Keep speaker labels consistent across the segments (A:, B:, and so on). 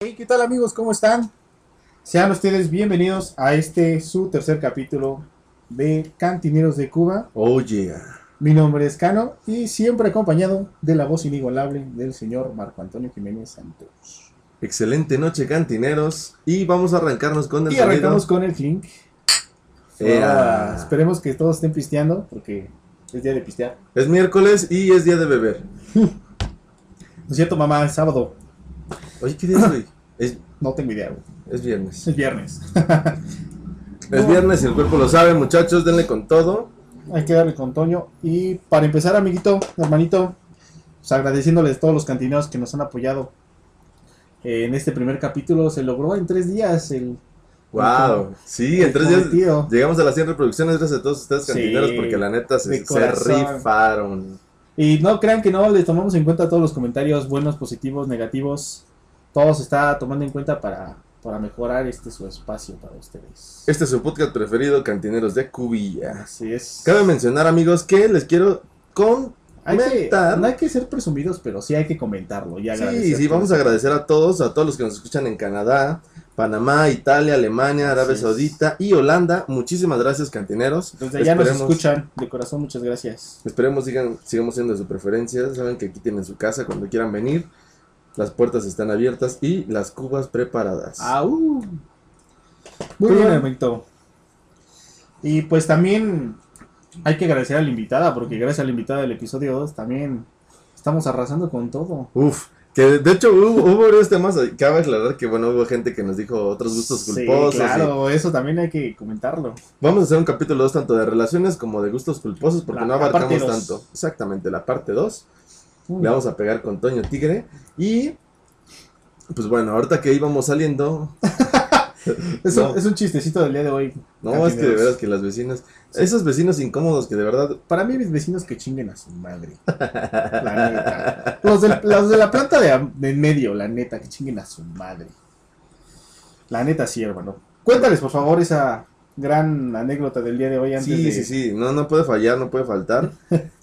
A: Hey, ¿qué tal amigos? ¿Cómo están? Sean ustedes bienvenidos a este su tercer capítulo de Cantineros de Cuba.
B: Oh yeah.
A: Mi nombre es Cano y siempre acompañado de la voz inigualable del señor Marco Antonio Jiménez Santos.
B: Excelente noche, cantineros. Y vamos a arrancarnos con el
A: Y arrancamos con el clink.
B: Ea.
A: Ah, esperemos que todos estén pisteando porque es día de pistear.
B: sonido. Es miércoles y es día de beber.
A: No es cierto, mamá, es sábado.
B: Oye, ¿qué día es hoy? Es,
A: No tengo idea, güey.
B: es viernes.
A: Es viernes.
B: Es viernes y el cuerpo lo sabe, muchachos. Denle con todo.
A: Hay que darle con Toño. Y para empezar, amiguito, hermanito, pues agradeciéndoles a todos los cantineros que nos han apoyado eh, en este primer capítulo. Se logró en tres días el.
B: Wow. Sí,
A: el
B: en tres días
A: cometido.
B: llegamos a las 100 reproducciones. Gracias a todos ustedes,
A: Sí.
B: cantineros, porque la neta
A: De
B: se, se
A: corazón.
B: rifaron.
A: Y no crean que no, les tomamos en cuenta todos los comentarios, buenos, positivos, negativos. Todo se está tomando en cuenta para, para mejorar este su espacio para ustedes.
B: Este es su podcast preferido, Cantineros de Cubilla.
A: Así es.
B: Cabe mencionar, amigos, que les quiero con
A: Hay que,
B: comentar.
A: no hay que ser presumidos, pero sí hay que comentarlo. Y
B: Sí,
A: agradecer
B: sí, vamos a
A: todo.
B: agradecer a todos, a todos los que nos escuchan en Canadá, Panamá, Italia, Alemania,
A: Así
B: Arabia
A: es.
B: Saudita y Holanda. Muchísimas gracias, cantineros.
A: Desde allá nos
B: Esperemos-
A: escuchan. De corazón, muchas gracias.
B: Esperemos sigan, sigamos siendo de su preferencia. Saben que aquí tienen su casa cuando quieran venir. Las puertas están abiertas y las cubas preparadas.
A: Ah. Au. uh. Muy
B: Muy
A: bien,
B: bien.
A: hermanito. Y pues también hay que agradecer a la invitada, porque gracias a la invitada del episodio 2 también estamos arrasando con todo.
B: Uf, que de hecho hubo, hubo varios temas. Cabe aclarar que, bueno, hubo gente que nos dijo otros gustos
A: Sí,
B: culposos. y-
A: claro, eso también hay que comentarlo.
B: Vamos a hacer un capítulo 2 tanto de relaciones como de gustos culposos porque
A: La-
B: no
A: la parte
B: abarcamos
A: dos.
B: tanto. Exactamente, la parte 2.
A: Uy,
B: Le vamos a pegar con Toño Tigre. Y. Pues bueno, ahorita que íbamos saliendo.
A: es,
B: no.
A: un, es un chistecito del día de hoy.
B: No, es que de
A: Cantineros.
B: veras que las vecinas. Esos vecinos incómodos que de verdad.
A: Para mí, mis vecinos que chinguen a su madre. La neta. Los de, los de la planta de, am- de en medio, la neta, que chinguen a su madre. La neta, sí, hermano. Cuéntales, por favor, esa gran anécdota del día de hoy antes
B: Sí,
A: de...
B: sí, sí. No, no puede fallar, no puede faltar.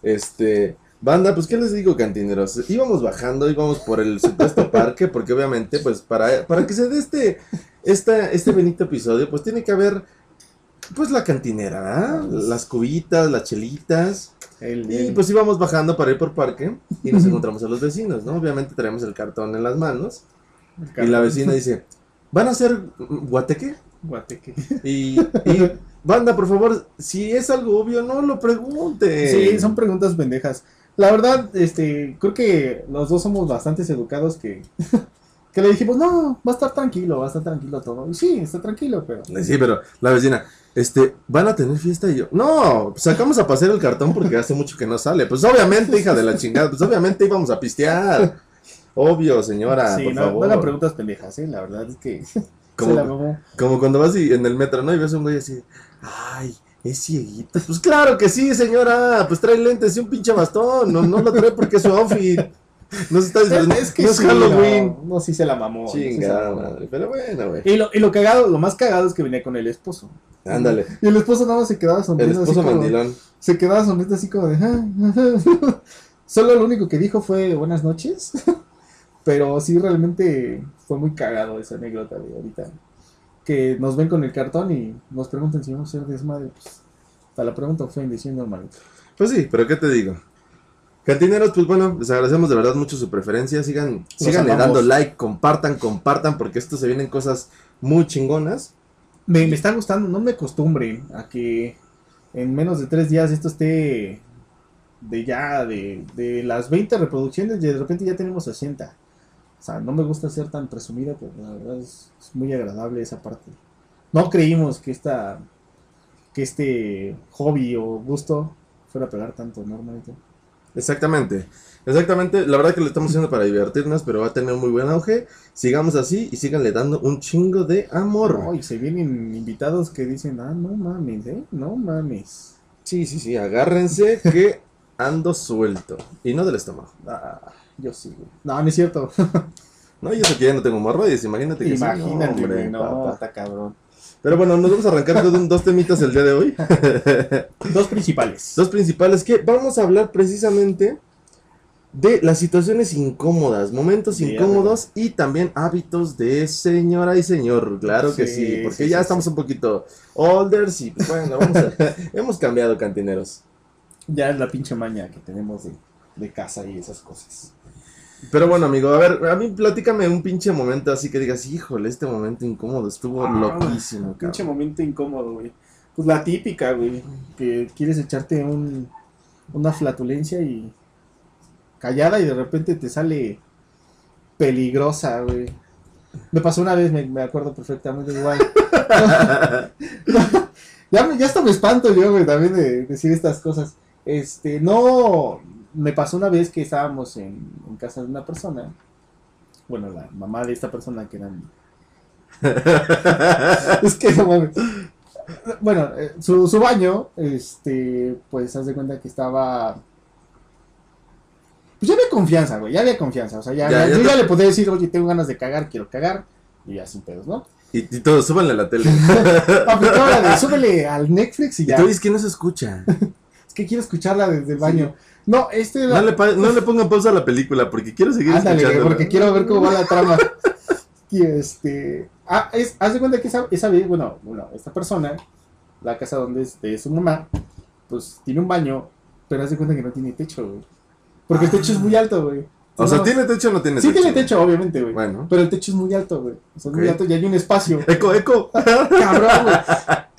B: este. Banda, pues qué les digo, cantineros. Íbamos bajando, íbamos por el supuesto parque, porque obviamente, pues para, para que se dé este, esta, este bonito episodio, pues tiene que haber, pues la cantinera, ¿verdad? las cubitas, las chelitas.
A: El-
B: Y
A: el-
B: pues íbamos bajando para ir por parque y nos encontramos a los vecinos, ¿no? Obviamente traemos el cartón en las manos
A: el
B: y la vecina dice, ¿van a hacer mm, guateque?
A: guateque.
B: Y, y, banda, por favor, si es algo obvio, no lo pregunten.
A: Sí, son preguntas pendejas. La verdad, este, creo que los dos somos bastante educados que, que le dijimos, no, va a estar tranquilo, va a estar tranquilo todo. Y sí, está tranquilo, pero...
B: Eh, Sí, pero la vecina, este, ¿van a tener fiesta? Y yo, no, pues sacamos a pasear el cartón porque hace mucho que no sale. Pues obviamente, hija de la chingada, pues obviamente íbamos a pistear. Obvio, señora,
A: sí,
B: por
A: no, no
B: favor.
A: hagan preguntas pendejas, ¿eh? La verdad es que
B: Como-
A: se la mamó.
B: Como cuando vas y- en el metro, ¿no? Y ves a un güey así, ay, es cieguito. Pues claro que sí, señora, pues trae lentes y un pinche bastón. No, no lo trae porque es su outfit. No se está disfrazando. no es
A: sí,
B: Halloween.
A: No, no, sí se la mamó. sí se la
B: Chingada
A: mamó.
B: madre. Pero bueno, güey.
A: Y lo, y lo cagado, lo más cagado es que venía con el esposo.
B: Ándale.
A: Y el esposo nada más se quedaba
B: El
A: sonriendo.
B: esposo
A: así como-
B: mandilón.
A: se quedaba sonriendo así como de. "Ah". Solo lo único que dijo fue buenas noches. Pero sí, realmente fue muy cagado esa anécdota de ahorita. Que nos ven con el cartón y nos preguntan si vamos a ser desmadre. Pues, hasta la pregunta ofende, siendo normal.
B: Pues sí, pero ¿qué te digo? Cantineros, pues bueno, les agradecemos de verdad mucho su preferencia. Sigan, síganle
A: amamos.
B: dando like, compartan, compartan, porque esto se vienen cosas muy chingonas.
A: Me, me está gustando, no me acostumbren a que en menos de tres días esto esté de ya, de, de las 20 reproducciones, de repente ya tenemos 60. O sea, no me gusta ser tan presumido, pero la verdad es, es muy agradable esa parte. No creímos que esta que este hobby o gusto fuera a pegar tanto, ¿no, hermanito?
B: Exactamente, exactamente. La verdad que lo estamos haciendo para divertirnos, pero va a tener muy buen auge. Sigamos así y síganle dando un chingo de
A: No,
B: amor.
A: y se vienen invitados que dicen, ah, no mames, ¿eh? No mames.
B: Sí, sí, sí, agárrense que ando suelto. Y no del estómago.
A: Ah, yo sí, güey. No, no es cierto.
B: No, y eso que ya no tengo hemorroides, imagínate que sí. No,
A: Imagínate,
B: hombre,
A: güey, no,
B: papá.
A: está cabrón.
B: Pero bueno, nos vamos a arrancar con un- dos temitas el día de hoy.
A: Dos principales.
B: Dos principales que vamos a hablar precisamente de las situaciones incómodas, momentos
A: Sí,
B: incómodos y también hábitos de señora y señor, claro que
A: Sí,
B: sí, porque
A: sí,
B: ya
A: sí,
B: estamos un poquito olders y pues, bueno, vamos a- hemos cambiado cantineros.
A: Ya es la pinche maña que tenemos de, de casa y esas cosas.
B: Pero bueno, amigo, a ver, a mí platícame un pinche momento así que digas, híjole, este momento incómodo estuvo
A: Ah,
B: loquísimo, cabrón.
A: Pinche momento incómodo, güey. Pues la típica, güey. Que quieres echarte un, una flatulencia y callada y de repente te sale peligrosa, güey. Me pasó una vez, me, me acuerdo perfectamente igual. ya, me- ya hasta me espanto yo, güey, también de decir estas cosas. Este, no, me pasó una vez que estábamos en, en casa de una persona. Bueno, la mamá de esta persona que era mi- es que no mames. Bueno, eh, su, su baño, este, pues haz de cuenta que estaba. Pues ya había confianza, güey, ya había confianza. O sea, ya,
B: Ya,
A: ya-
B: ya
A: yo
B: te-
A: ya le podía decir, oye, tengo ganas de cagar, quiero cagar. Y ya sin pedos, ¿no?
B: y, y todo, súbanle a la tele.
A: Aplicaba la de súbele al Netflix y
B: y
A: ya.
B: tú dices que no se escucha.
A: Es que quiero escucharla desde el baño. No, este era.
B: No le, pa- no le pongan pausa a la película porque quiero seguir
A: Ándale, güey,
B: escuchándola.
A: porque quiero ver cómo va la trama. y este. ah, es- haz de cuenta que esa, esa vez, bueno, bueno, esta persona, la casa donde es de su mamá, pues tiene un baño, pero haz de cuenta que no tiene techo, güey. Porque el techo es muy alto, güey.
B: O sea,
A: No,
B: ¿tiene techo o no Ah. tiene
A: Sí,
B: techo?
A: tiene techo, obviamente, güey.
B: Bueno.
A: Pero el techo es muy alto, güey. O sea, es muy
B: Ok.
A: alto y hay un espacio.
B: Eco, eco.
A: Cabrón, güey.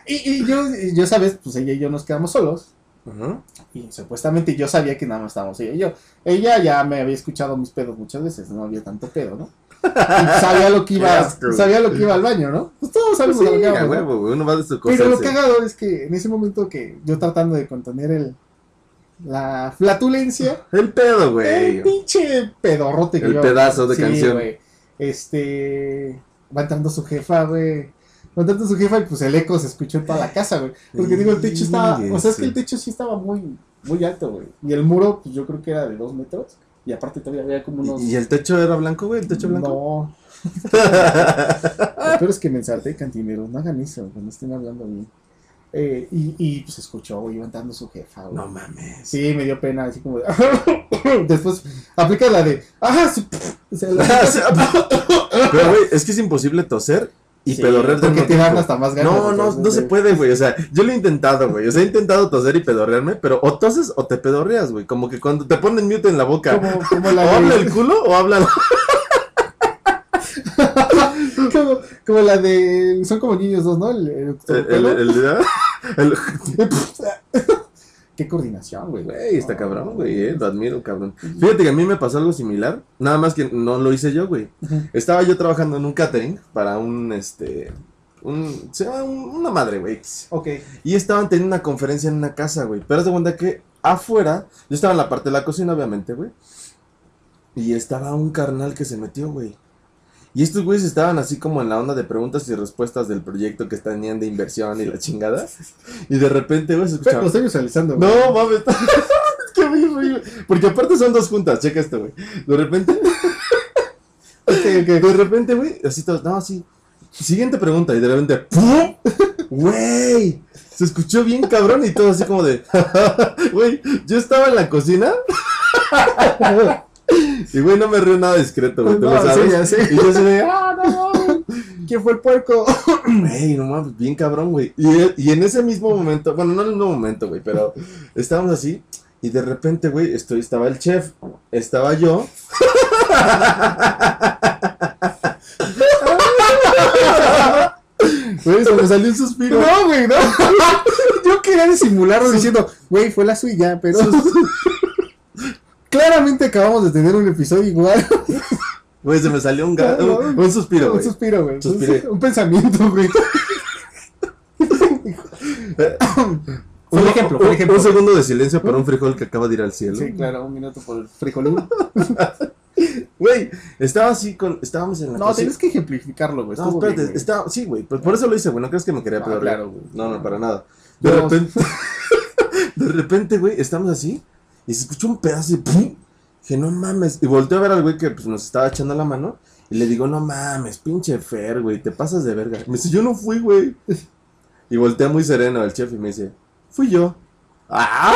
A: Y, y yo, y yo, ¿sabes? Pues ella y yo nos quedamos solos.
B: Ajá.
A: Y supuestamente yo sabía que nada más estábamos ella y yo. Ella ya me había escuchado mis pedos muchas veces, no había tanto pedo, ¿no? Y sabía lo que
B: Qué
A: iba,
B: asco.
A: sabía lo que iba al baño, ¿no? Pues todos
B: Pues
A: sabemos
B: sí,
A: a lo que
B: a
A: íbamos, ¿no?
B: huevo, güey, uno va de su cosa.
A: Pero lo
B: sí.
A: cagado es que en ese momento que yo tratando de contener el la flatulencia,
B: El pedo,
A: el
B: güey.
A: pinche pedorrote que
B: El
A: yo-
B: pedazo de
A: Sí,
B: canción.
A: güey. Este va entrando su jefa, güey. Va entrando su jefa y pues el eco se escuchó en toda la casa, güey. Porque digo, el techo estaba. O sea, es que el techo sí estaba muy, muy alto, güey. Y el muro, pues yo creo que era de dos metros. Y aparte todavía había como unos.
B: ¿Y, y el techo era blanco, güey? ¿El techo blanco?
A: No. Pero es que me ensarté, cantineros. No hagan eso, güey, no estén hablando bien. Eh, y, y pues escuchó, güey, iba entrando su jefa, güey.
B: No mames.
A: Sí, me dio pena, así como. de- Después aplica la de. ¡Ah! su- o sea, la-
B: Pero, güey, es que es imposible toser y
A: Sí,
B: pedorrear de
A: Porque te dan hasta más ganas.
B: No, no,
A: entonces,
B: no se puede, güey. O sea, yo lo he intentado, güey. O sea, he intentado toser y pedorrearme, pero o toses o te pedorreas, güey. Como que cuando te ponen mute en la boca,
A: Como, como
B: o
A: la
B: habla
A: de,
B: el culo o habla la...
A: como, como la de. Son como niños dos, ¿no? El, el
B: El,
A: octopelo.
B: el- el- el-
A: Qué coordinación, güey.
B: Güey, está cabrón, güey, eh, lo admiro, cabrón.
A: Ujú.
B: Fíjate que a mí me pasó algo similar, nada más que no lo hice yo, güey.
A: Ujú.
B: Estaba yo trabajando en un catering para un, este, un, se llama un- una madre, güey.
A: Ok.
B: Y estaban teniendo una conferencia en una casa, güey. Pero haz de cuenta que afuera, yo estaba en la parte de la cocina, obviamente, güey. Y estaba un carnal que se metió, güey. Y estos güeyes estaban así como en la onda de preguntas y respuestas del proyecto que tenían de inversión y la chingada. Y de repente, güey, se
A: Pero
B: escuchaba.
A: lo estoy visualizando, güey.
B: No, mames. es que muy, muy- Porque aparte son dos juntas, checa esto, güey. De repente,
A: Ok, ok.
B: de repente, güey, así todos, no, así. Siguiente pregunta, y de repente, ¡pum! ¡Güey! Se escuchó bien cabrón y todo así como de, güey, yo estaba en la cocina y, güey, no me río nada discreto, güey, tú
A: No,
B: lo sabes.
A: sí, ya sé.
B: Y yo así de, ¡ah,
A: ¿Quién fue el puerco?
B: Güey, no mames, bien cabrón, güey. Y, y en ese mismo momento, bueno, no en el mismo momento, güey, pero estábamos así y de repente, güey, estoy, estaba el chef, estaba yo. Güey, se me salió un suspiro.
A: No, güey, no. Yo quería disimularlo diciendo, güey, fue la suya, pero. Claramente acabamos de tener un episodio igual.
B: Güey, se me salió un, ga- un, un suspiro,
A: Un
B: güey.
A: suspiro, güey. Un
B: Suspiré.
A: sus- Un pensamiento, güey. Fue un ejemplo, fue un ejemplo.
B: Eh, Un segundo de silencio para un frijol que acaba de ir al cielo.
A: Sí, claro, un minuto por el frijolín.
B: Güey, estaba así con, estábamos en la
A: No,
B: cocina.
A: tienes que ejemplificarlo, güey.
B: Pues No,
A: estuvo
B: espérate,
A: bien, güey.
B: está- sí, güey, pues por eso lo hice, güey, no crees que me quería
A: Ah,
B: peor.
A: claro, güey.
B: No, no, para nada. De
A: Yo-
B: repente, de repente, güey, estamos así y se escuchó un pedazo de ¡pum! Que no mames. Y volteé a ver al güey que pues, nos estaba echando la mano y le digo, no mames, pinche Fer, güey, te pasas de verga. Me dice, yo no fui, güey. Y voltea muy sereno al chef y me dice, fui yo. ¡Ah!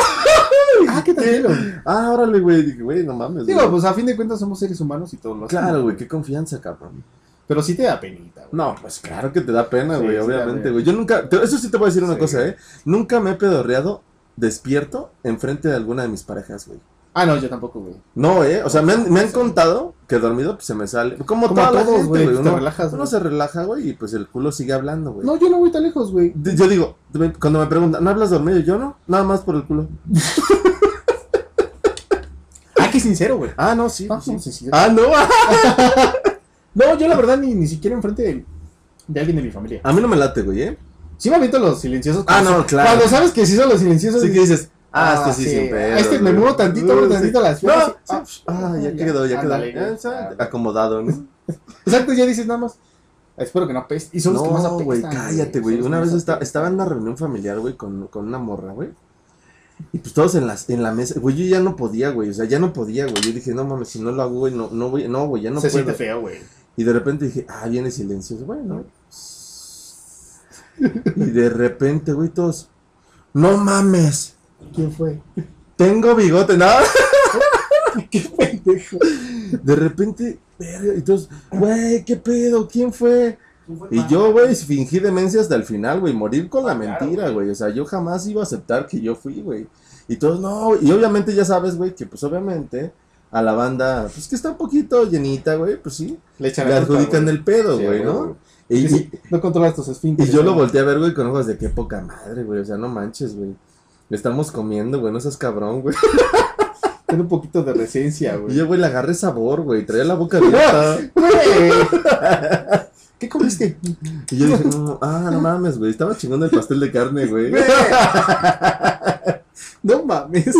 A: ah, qué tranquilo. güey.
B: Ah, órale, güey. Dije, güey, no mames.
A: Digo,
B: güey.
A: pues a fin de cuentas somos seres humanos y todo lo hacemos.
B: Claro, güey, qué confianza, cabrón.
A: Pero sí te da penita, güey.
B: No, pues claro que te da pena,
A: Sí,
B: güey,
A: sí,
B: obviamente,
A: la
B: güey. Yo nunca, te- eso sí te voy a decir una
A: Sí.
B: cosa, ¿eh? Nunca me he pedorreado despierto enfrente de alguna de mis parejas, güey.
A: Ah, no, yo tampoco, güey.
B: No, ¿eh? O sea, me han, me han contado que dormido pues, se me sale. Como,
A: Como
B: toda la
A: todos,
B: gente,
A: güey,
B: güey.
A: pues, te
B: Uno,
A: relajas,
B: uno
A: güey.
B: se relaja, güey, y pues el culo sigue hablando, güey.
A: No, yo no voy tan lejos, güey.
B: D- Yo digo, me- cuando me preguntan, ¿no hablas dormido? Yo no, nada más por el culo.
A: Ah, qué sincero, güey.
B: Ah, no, sí.
A: Ah,
B: sí.
A: no, sí, sí.
B: Ah, no.
A: No, yo la verdad ni, ni siquiera enfrente de, de alguien de mi familia.
B: A mí no me late, güey, ¿eh?
A: Sí me aviento los silenciosos.
B: Ah,
A: cuando-
B: no, claro.
A: Cuando sabes que sí son los silenciosos.
B: Así que
A: dices,
B: dices, ah, este sí, sin pedo.
A: Ah, Este me
B: güey. Uh,
A: muevo tantito, abro
B: Sí.
A: tantito las
B: No,
A: piernas.
B: sí,
A: Ah,
B: ah, ya, quedó, ya
A: ándale,
B: quedó. Ya
A: güey.
B: está
A: Ah,
B: acomodado, ¿no?
A: Exacto, pues ya dices nada más. Espero que no apeste. Y son los que más
B: No,
A: apestan.
B: güey, cállate, güey.
A: Son los
B: Una
A: que
B: vez
A: más
B: esta-
A: apestan.
B: estaba en una reunión familiar, güey, con, con una morra, güey. Y pues todos en, las, en la mesa, güey, yo ya no podía, güey, o sea, ya no podía, güey. Yo dije, no mames, si no lo hago, güey, no, no, güey, no, güey, ya no
A: Se
B: puedo.
A: siente feo, güey.
B: Y de repente dije, ah, viene silencio. Bueno. y de repente, güey, todos, no mames,
A: ¿Quién fue?
B: tengo bigote, nada.
A: Qué pendejo.
B: De repente, verga, y todos, güey, ¿qué pedo? ¿Quién fue? Y yo, güey, fingí demencia hasta el final, güey, morir con la
A: Ah, claro,
B: mentira, güey. O sea, yo jamás iba a aceptar que yo fui, güey. Y todos, no, y obviamente ya sabes, güey, que pues obviamente a la banda, pues que está un poquito llenita, güey, pues sí.
A: Le echan
B: Le
A: la culpa,
B: adjudican
A: güey.
B: el pedo,
A: Sí,
B: güey,
A: güey, güey.
B: ¿no?
A: Sí,
B: Y,
A: sí, No controlas tus
B: y-
A: esfínteres.
B: y yo lo
A: ¿no?
B: volteé a ver, güey, con ojos de qué poca madre, güey. O sea, no manches, güey. Le estamos comiendo, güey, no seas cabrón, güey.
A: Ten un poquito de recencia,
B: Y
A: güey.
B: yo, güey, le agarré sabor, güey. Traía la boca abierta.
A: Güey. ¿Qué comiste?
B: Y yo dije, no, ah, no mames, güey. Estaba chingando el pastel de carne, güey.
A: No mames.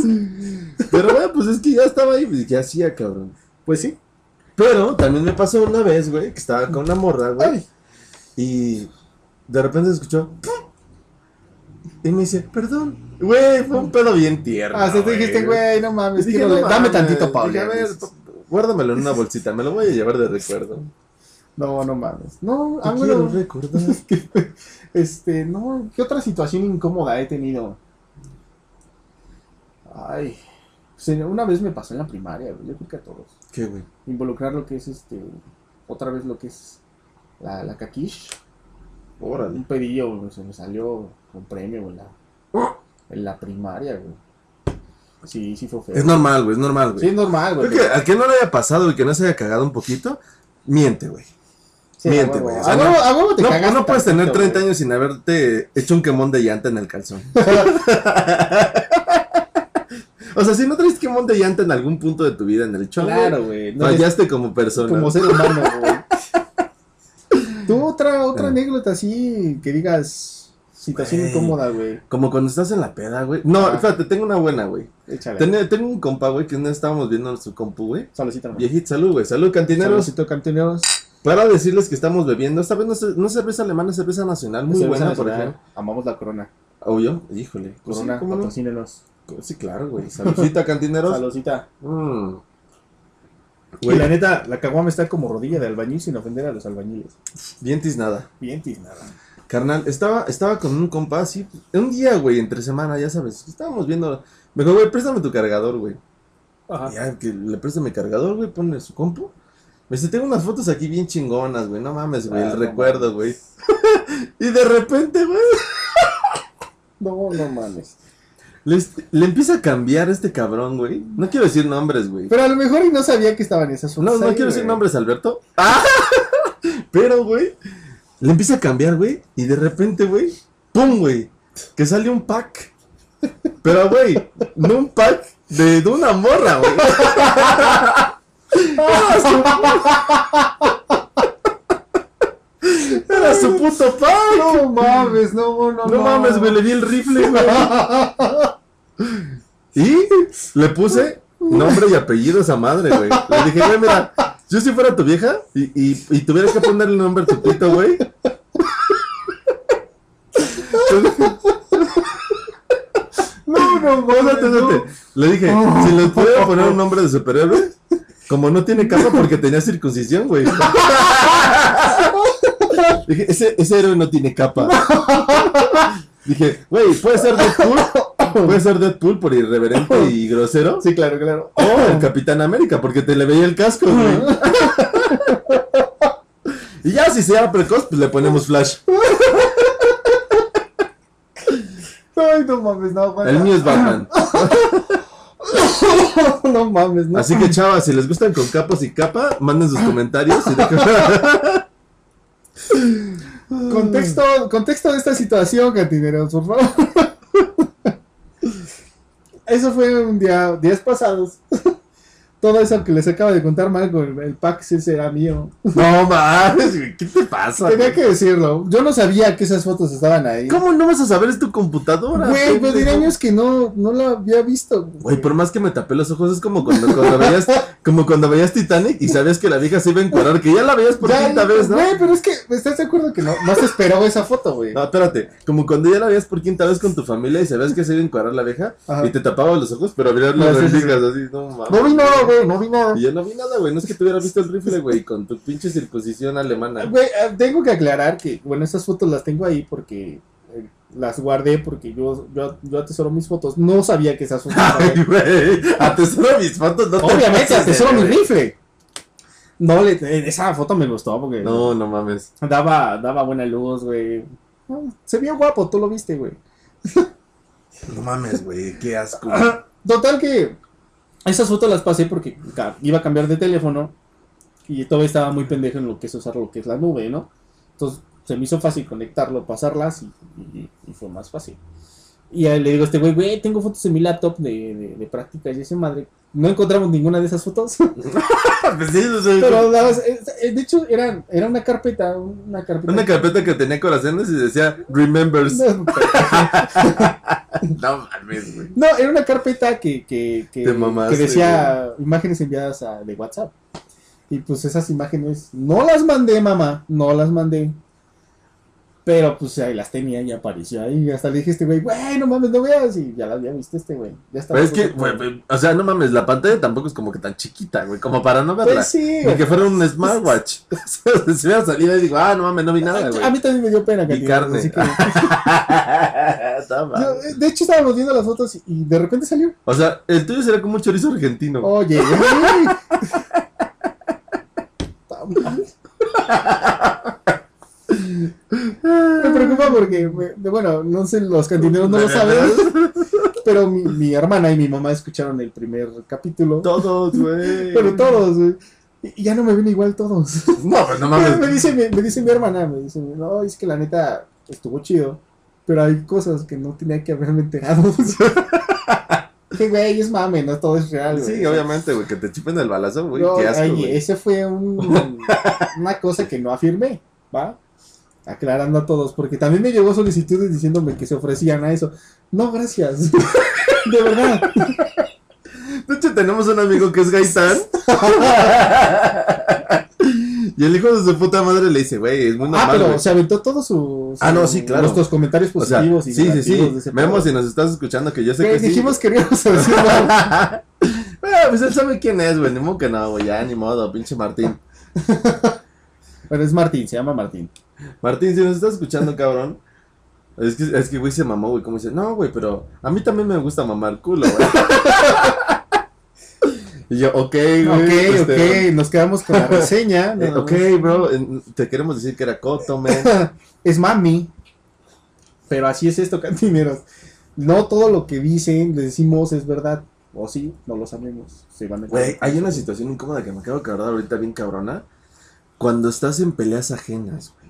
B: Pero, güey, pues es que ya estaba ahí, pues, ¿qué hacía, cabrón?
A: Pues sí.
B: Pero también me pasó una vez, güey, que estaba con una morra, güey,
A: Ay,
B: y de repente se escuchó. Y me dice, perdón. Güey, fue un pedo bien tierno.
A: hasta Ah, te dijiste, güey, no
B: Y
A: mames.
B: dije,
A: quiero
B: "No
A: le- Dame
B: mames".
A: tantito, Pablo.
B: Dije, a ver, guárdamelo en una bolsita, me lo voy a llevar de recuerdo.
A: No, no mames. No,
B: Te
A: ah,
B: quiero
A: bueno,
B: recordar.
A: este, no, ¿qué otra situación incómoda he tenido? Ay, pues, en- una vez me pasó en la primaria, güey, yo creo que a todos.
B: ¿Qué, güey?
A: Involucrar lo que es, este, otra vez lo que es la, la caquish.
B: Órale.
A: Un pedillo, güey, se me salió con premio, güey, en la, en la primaria, güey. Sí, sí fue feo.
B: Es normal, güey, es normal, güey.
A: Sí, es normal, güey.
B: Creo que al que no le haya pasado y que no se haya cagado un poquito, miente, güey.
A: Sí,
B: miente,
A: a huevo.
B: güey, o sea,
A: A huevo, a huevo te
B: No,
A: cagas
B: no puedes tener
A: tantito,
B: 30
A: güey.
B: años sin haberte hecho un quemón de llanta en el calzón. o sea, si no traes quemón de llanta en algún punto de tu vida en el chongo,
A: Claro, güey. no eres-
B: fallaste como persona.
A: Como ser humano, güey. ¿Tú otra, otra
B: Ah.
A: anécdota así que digas situación
B: Güey.
A: incómoda, güey?
B: Como cuando estás en la peda, güey. No,
A: Ah.
B: espérate, tengo una buena, güey.
A: Échale.
B: Tenía- Tengo un compa, güey, que no estábamos viendo su compu, güey.
A: Saludcita, hermano.
B: Viejito, salud, güey. Salud, cantineros.
A: Saludcito, cantineros.
B: Para decirles que estamos bebiendo, esta vez no, es, no es cerveza alemana, es cerveza nacional, muy
A: Cerveza
B: buena, por
A: nacional.
B: ejemplo.
A: Amamos la corona.
B: Obvio, híjole. Pues sí,
A: Corona,
B: ¿cómo no?
A: patrocínenos.
B: Sí, claro, güey. Saludcita, cantineros.
A: Saludcita.
B: Mm.
A: Y
B: Güey,
A: la neta, la caguama está como rodilla de albañil sin ofender a los albañiles.
B: bien tiznada.
A: Bien tiznada.
B: Carnal, estaba, estaba con un compa así. Un día, güey, entre semana, ya sabes. Estábamos viendo. Me dijo, güey, préstame tu cargador, güey.
A: Ajá.
B: Ya, que le preste mi cargador, güey, ponle su compu. Me dice, tengo unas fotos aquí bien chingonas, güey. No mames, güey,
A: Ah,
B: el
A: no
B: recuerdo, güey. y de repente, güey,
A: No, no mames.
B: le, le empieza a cambiar este cabrón, güey. No quiero decir nombres, güey.
A: Pero a lo mejor y no sabía que estaban esas fotos.
B: No, no
A: ahí,
B: quiero decir
A: güey.
B: nombres, Alberto. Pero, güey, le empieza a cambiar, güey. Y de repente, güey, ¡pum, güey! Que sale un pack. Pero, güey, no un pack de, de una morra, güey.
A: Ah,
B: Era su puto pack.
A: No mames, no, no,
B: No mames, güey, le di el rifle, güey. Y le puse nombre y apellido a esa madre, güey. Le dije, güey, mira, yo si fuera tu vieja y, y, y tuviera que ponerle el nombre a tu pito, güey. Le dije,
A: No, no mames.
B: "Espérate,
A: no.
B: espérate". Le dije, si le pudiera poner un nombre de superhéroe, como no tiene caso porque tenía circuncisión, güey. Dije, ese, ese héroe no tiene capa. Dije, güey, puede ser Deadpool Puede ser Deadpool por irreverente y grosero.
A: Sí, claro, claro.
B: O el Capitán América, porque te le veía el casco, güey. Y ya si sea precoz, pues le ponemos Flash.
A: Ay, no mames, no, aguanta.
B: El mío es Batman.
A: No mames, no.
B: Así que chavas, si les gustan con capos y capa, manden sus comentarios y dejen-
A: Contexto, contexto de esta situación, cantineros, por favor. Eso fue un día, días pasados. Todo eso que les acaba de contar Marco, el, el pack ese era mío.
B: No mames, güey, ¿qué te pasa?
A: Tenía
B: güey?
A: que decirlo. Yo no sabía que esas fotos estaban ahí.
B: ¿Cómo no vas a saber? Es tu computadora.
A: Güey, pero
B: pendejo.
A: tenía años que no, no la había visto.
B: Güey, por más que me tapé los ojos, es como cuando, cuando veías, como cuando veías Titanic y sabías que la vieja se iba a encuadrar, que ya la veías por
A: Ya,
B: quinta vez, ¿no?
A: Güey, pero es que, ¿estás de acuerdo que no, no se esperó esa foto, güey?
B: No, espérate, como cuando ya la veías por quinta vez con tu familia y sabías que se iba a encuadrar la vieja
A: Ajá.
B: y te tapabas los ojos, pero abrías
A: No,
B: las
A: sí, sí,
B: rendijas así, no mames.
A: No vi nada, güey, no vi nada.
B: Y yo no vi nada, güey, no es que te hubiera visto el rifle, güey, con tu pinche circuncisión alemana.
A: Güey, eh, tengo que aclarar que, bueno, esas fotos las tengo ahí porque eh, las guardé porque yo, yo, yo atesoro mis fotos. No sabía que esas fotos. estaban ahí.
B: Ay, güey, atesoro mis fotos, no te pases
A: Obviamente
B: de
A: atesoro mi
B: ver.
A: rifle. No, le, eh, esa foto me gustó porque
B: No, no mames.
A: daba, daba buena luz, güey. Ah, Se vio guapo, tú lo viste, güey.
B: No mames, güey, qué asco.
A: Total que esas fotos las pasé porque ca- iba a cambiar de teléfono y todavía estaba muy pendejo en lo que es usar lo que es la nube, ¿no? Entonces se me hizo fácil conectarlo, pasarlas y, y- y fue más fácil. Y ahí le digo a este güey, güey, tengo fotos en mi laptop de, de, de prácticas y ese madre. No encontramos ninguna de esas fotos.
B: Pues sí, o sea,
A: Pero nada más, eh, eh, de hecho eran, era una carpeta, una carpeta.
B: Una carpeta que tenía corazones y decía Remembers.
A: No,
B: No mames, güey.
A: No, era una carpeta que, que, que,
B: Te mamaste,
A: que decía imágenes enviadas a- de WhatsApp. Y pues esas imágenes no las mandé, mamá, no las mandé. Pero pues ahí las tenía y apareció ahí. Hasta le dije a este güey, güey, no mames, no veas. Y ya las había visto este güey. Ya está.
B: Pero Pues es que, güey, güey, o sea, no mames, la pantalla tampoco es como que tan chiquita, güey, como para no verla.
A: Pues sí,
B: Ni
A: güey.
B: que fuera un smartwatch. Si hubiera salido y digo, ah, no mames, no vi nada,
A: a
B: güey.
A: mí también me dio pena.
B: Ni
A: Cantinero,
B: carne.
A: así que-
B: No
A: Yo,
B: mames.
A: eh, de hecho estábamos viendo las fotos y- y de repente salió.
B: O sea, el tuyo sería como un chorizo argentino.
A: Oye, güey. Ta madre. Me preocupa porque, me- de- bueno, no sé, los cantineros no lo saben, pero mi, mi hermana y mi mamá escucharon el primer capítulo.
B: Todos, güey.
A: Oh. Pero todos, güey. Y y ya no me ven igual todos.
B: No, pues no
A: me,
B: mames.
A: dice, mi- me dice mi hermana, me dice, no, es que la neta estuvo chido, pero hay cosas que no tenía que haberme enterado. que, güey, es mame, no todo es real, "Ah, güey.
B: Sí, obviamente, güey, que te chupen el balazo, güey.
A: No,
B: Qué asco,
A: oye,
B: güey.
A: ese fue un- una cosa que no afirmé, ¿va? Aclarando a todos, porque también me llegó solicitudes diciéndome que se ofrecían a eso. No, gracias. De verdad.
B: De hecho, tenemos un amigo que es Gaitán. y el hijo de su puta madre le dice, güey, es muy
A: ah,
B: normal.
A: pero
B: güey".
A: se aventó todos sus.
B: Ah, no, sí, claro.
A: Nuestros comentarios
B: o sea,
A: positivos
B: sí,
A: y
B: sí,
A: negativos
B: sí.
A: de ese
B: Memo,
A: pedo.
B: si nos estás escuchando, que yo sé
A: Que
B: que sí.
A: dijimos que no íbamos a decir nada.
B: Bueno, pues él sabe quién es, güey. Ni modo que no, güey. Ya, ni modo, pinche Martín.
A: Pero es Martín, se llama Martín.
B: Martín, si nos estás escuchando, cabrón. Es que, es que, güey, se mamó, güey. Como dice, no, güey, pero a mí también me gusta mamar culo, güey. y yo, ok, güey.
A: Ok, Ah,
B: este,
A: ok, nos quedamos con la reseña.
B: eh,
A: nada
B: ok, bro. eh, Te queremos decir que era coto, man.
A: es mami. Pero así es esto, cantineros. No todo lo que dicen, le decimos es verdad. O sí, no lo sabemos. Se van a
B: Güey, hay una situación incómoda que me acabo de acordar ahorita bien cabrona. Cuando estás en peleas ajenas, güey.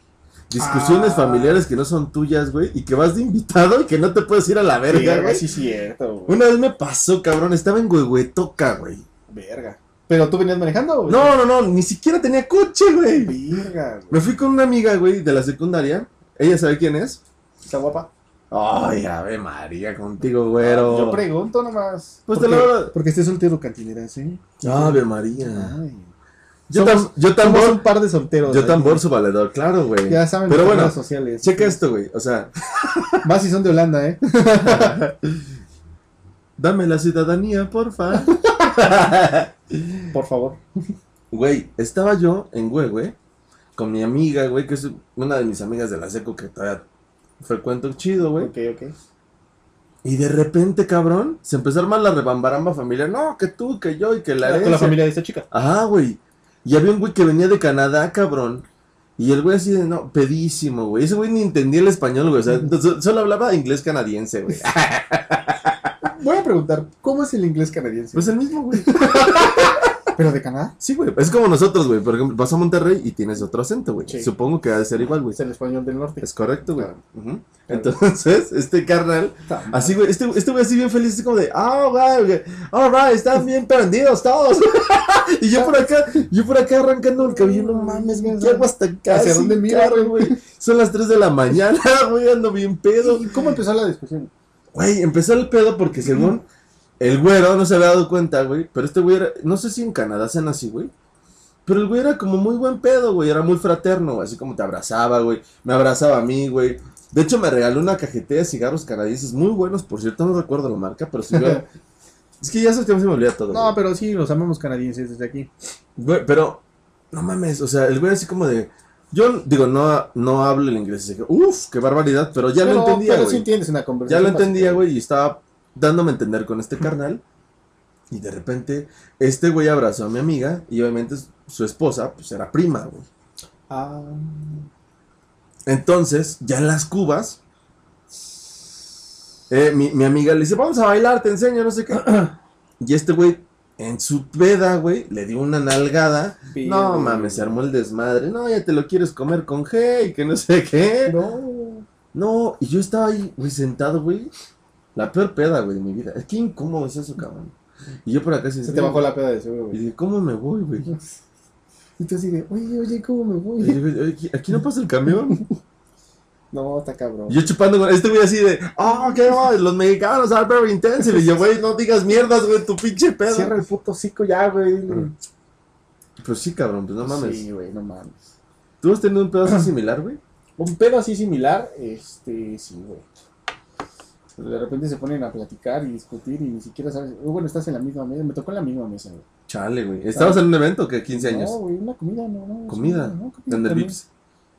B: Discusiones
A: Ah.
B: familiares que no son tuyas, güey. Y que vas de invitado y que no te puedes ir a la verga,
A: Verga,
B: güey.
A: sí, cierto. güey.
B: Una vez me pasó, cabrón. Estaba en Huehuetoca, güey.
A: Verga. Pero tú venías manejando, güey?
B: No, no, no. Ni siquiera tenía coche, güey.
A: Verga, güey.
B: Me fui con una amiga, güey, de la secundaria. Ella sabe quién es.
A: Está guapa.
B: Ay, ave María, contigo, güero.
A: Ah, Yo pregunto nomás.
B: Pues
A: ¿Por
B: te
A: qué?
B: lo-
A: Porque estés soltero, cantineras, ¿eh?
B: Ave María.
A: Ay.
B: Yo,
A: Somos-
B: tam- yo
A: Somos
B: tambor.
A: un par de solteros.
B: Yo
A: aquí.
B: tambor su valedor, claro, güey.
A: Ya saben
B: Pero
A: las
B: bueno,
A: redes sociales.
B: Checa esto, güey. O sea,
A: Más si son de Holanda, ¿eh?
B: dame la ciudadanía, porfa.
A: Por favor.
B: Güey, estaba yo en güey, güey, con mi amiga, güey, que es una de mis amigas de la seco que todavía frecuento chido, güey.
A: Ok, ok.
B: Y de repente, cabrón, se empezó a armar la rebambaramba familiar. No, que tú, que yo y que la
C: con la
B: herencia.
C: familia de esta chica.
B: Ajá, güey. Y había un güey que venía de Canadá, cabrón. Y el güey así de, no, pedísimo, güey. Ese güey ni entendía el español, güey. O sea, so- solo hablaba inglés canadiense, güey.
A: Voy a preguntar, ¿cómo es el inglés canadiense?
B: Pues el mismo, güey.
A: ¿Pero de Canadá?
B: Sí, güey. Es como nosotros, güey. Por ejemplo, vas a Monterrey y tienes otro acento, güey.
A: Sí.
B: Supongo que ha de ser igual, güey.
A: Es el español del norte.
B: Es correcto, güey.
A: Claro.
B: Ujú. Entonces, este carnal
A: Ah,
B: Así, güey, este, este güey así bien feliz, así como de, ah, güey, güey, all right, están bien prendidos todos. y yo por acá, yo por acá arrancando el cabello, no mames, güey, ¿qué hago hasta acá?
A: ¿Hacia dónde miro,
B: güey? Son las 3 de la mañana, güey, ando bien pedo.
A: ¿Y ¿Cómo empezó la discusión?
B: Güey, empezó el pedo porque según el güero no se había dado cuenta, güey, pero este güey era, no sé si en Canadá sean así, güey. Pero el güey era como muy buen pedo, güey, era muy fraterno, güey, así como te abrazaba, güey, me abrazaba a mí, güey. De hecho, me regaló una cajetilla de cigarros canadienses muy buenos, por cierto, no recuerdo la marca, pero sí, güey. es que ya esos tiempos se me olvida todo.
A: No,
B: güey.
A: pero sí, los amamos canadienses desde aquí.
B: Güey, pero, no mames, o sea, el güey así como de, yo digo, no, no hablo el inglés, así que, uff, qué barbaridad, pero ya
A: pero,
B: lo entendía,
A: Pero
B: güey.
A: sí tienes una
B: Ya
A: conversación.
B: lo entendía, güey, y estaba dándome a entender con este carnal. Y de repente, este güey abrazó a mi amiga y obviamente s- su esposa, pues era prima, güey.
A: Ah,
B: Entonces, ya en las cubas, eh, mi, mi amiga le dice, vamos a bailar, te enseño, no sé qué. Y este güey, en su peda, güey, le dio una nalgada. No mames, se armó el desmadre. No, ya te lo quieres comer con G y que no sé qué.
A: No.
B: No, y yo estaba ahí, güey, sentado, güey. La peor peda, güey, de mi vida. Qué incómodo es eso, cabrón. Y yo por acá
A: Se te bajó la peda de seguro,
B: Y
A: güey.
B: dije, ¿cómo me voy, güey?
A: Y tú así de, oye, oye, ¿cómo me
B: Y
A: voy?
B: dije, "Oye, aquí- Aquí no pasa el camión.
A: No, está cabrón.
B: Y yo chupando con este güey así de, ah, qué va, los mexicanos are very intensive. Y yo, güey, no digas mierdas, güey, tu pinche pedo.
A: Cierra el puto hocico ya, güey.
B: Mm. Pues sí, cabrón, pues no mames.
A: Sí, güey, no mames.
B: ¿Tú has tenido un pedazo similar, güey?
A: Un pedo así similar, este, sí, güey. De repente se ponen a platicar y discutir y ni siquiera sabes. "Oh, Bueno, estás en la misma mesa. Me tocó en la misma mesa, güey.
B: Chale, güey. ¿Estabas en un evento que 15 años?
A: No, güey, una comida, no, no.
B: ¿Comida?
A: no, comida
B: ¿En el
A: también.
B: Vips?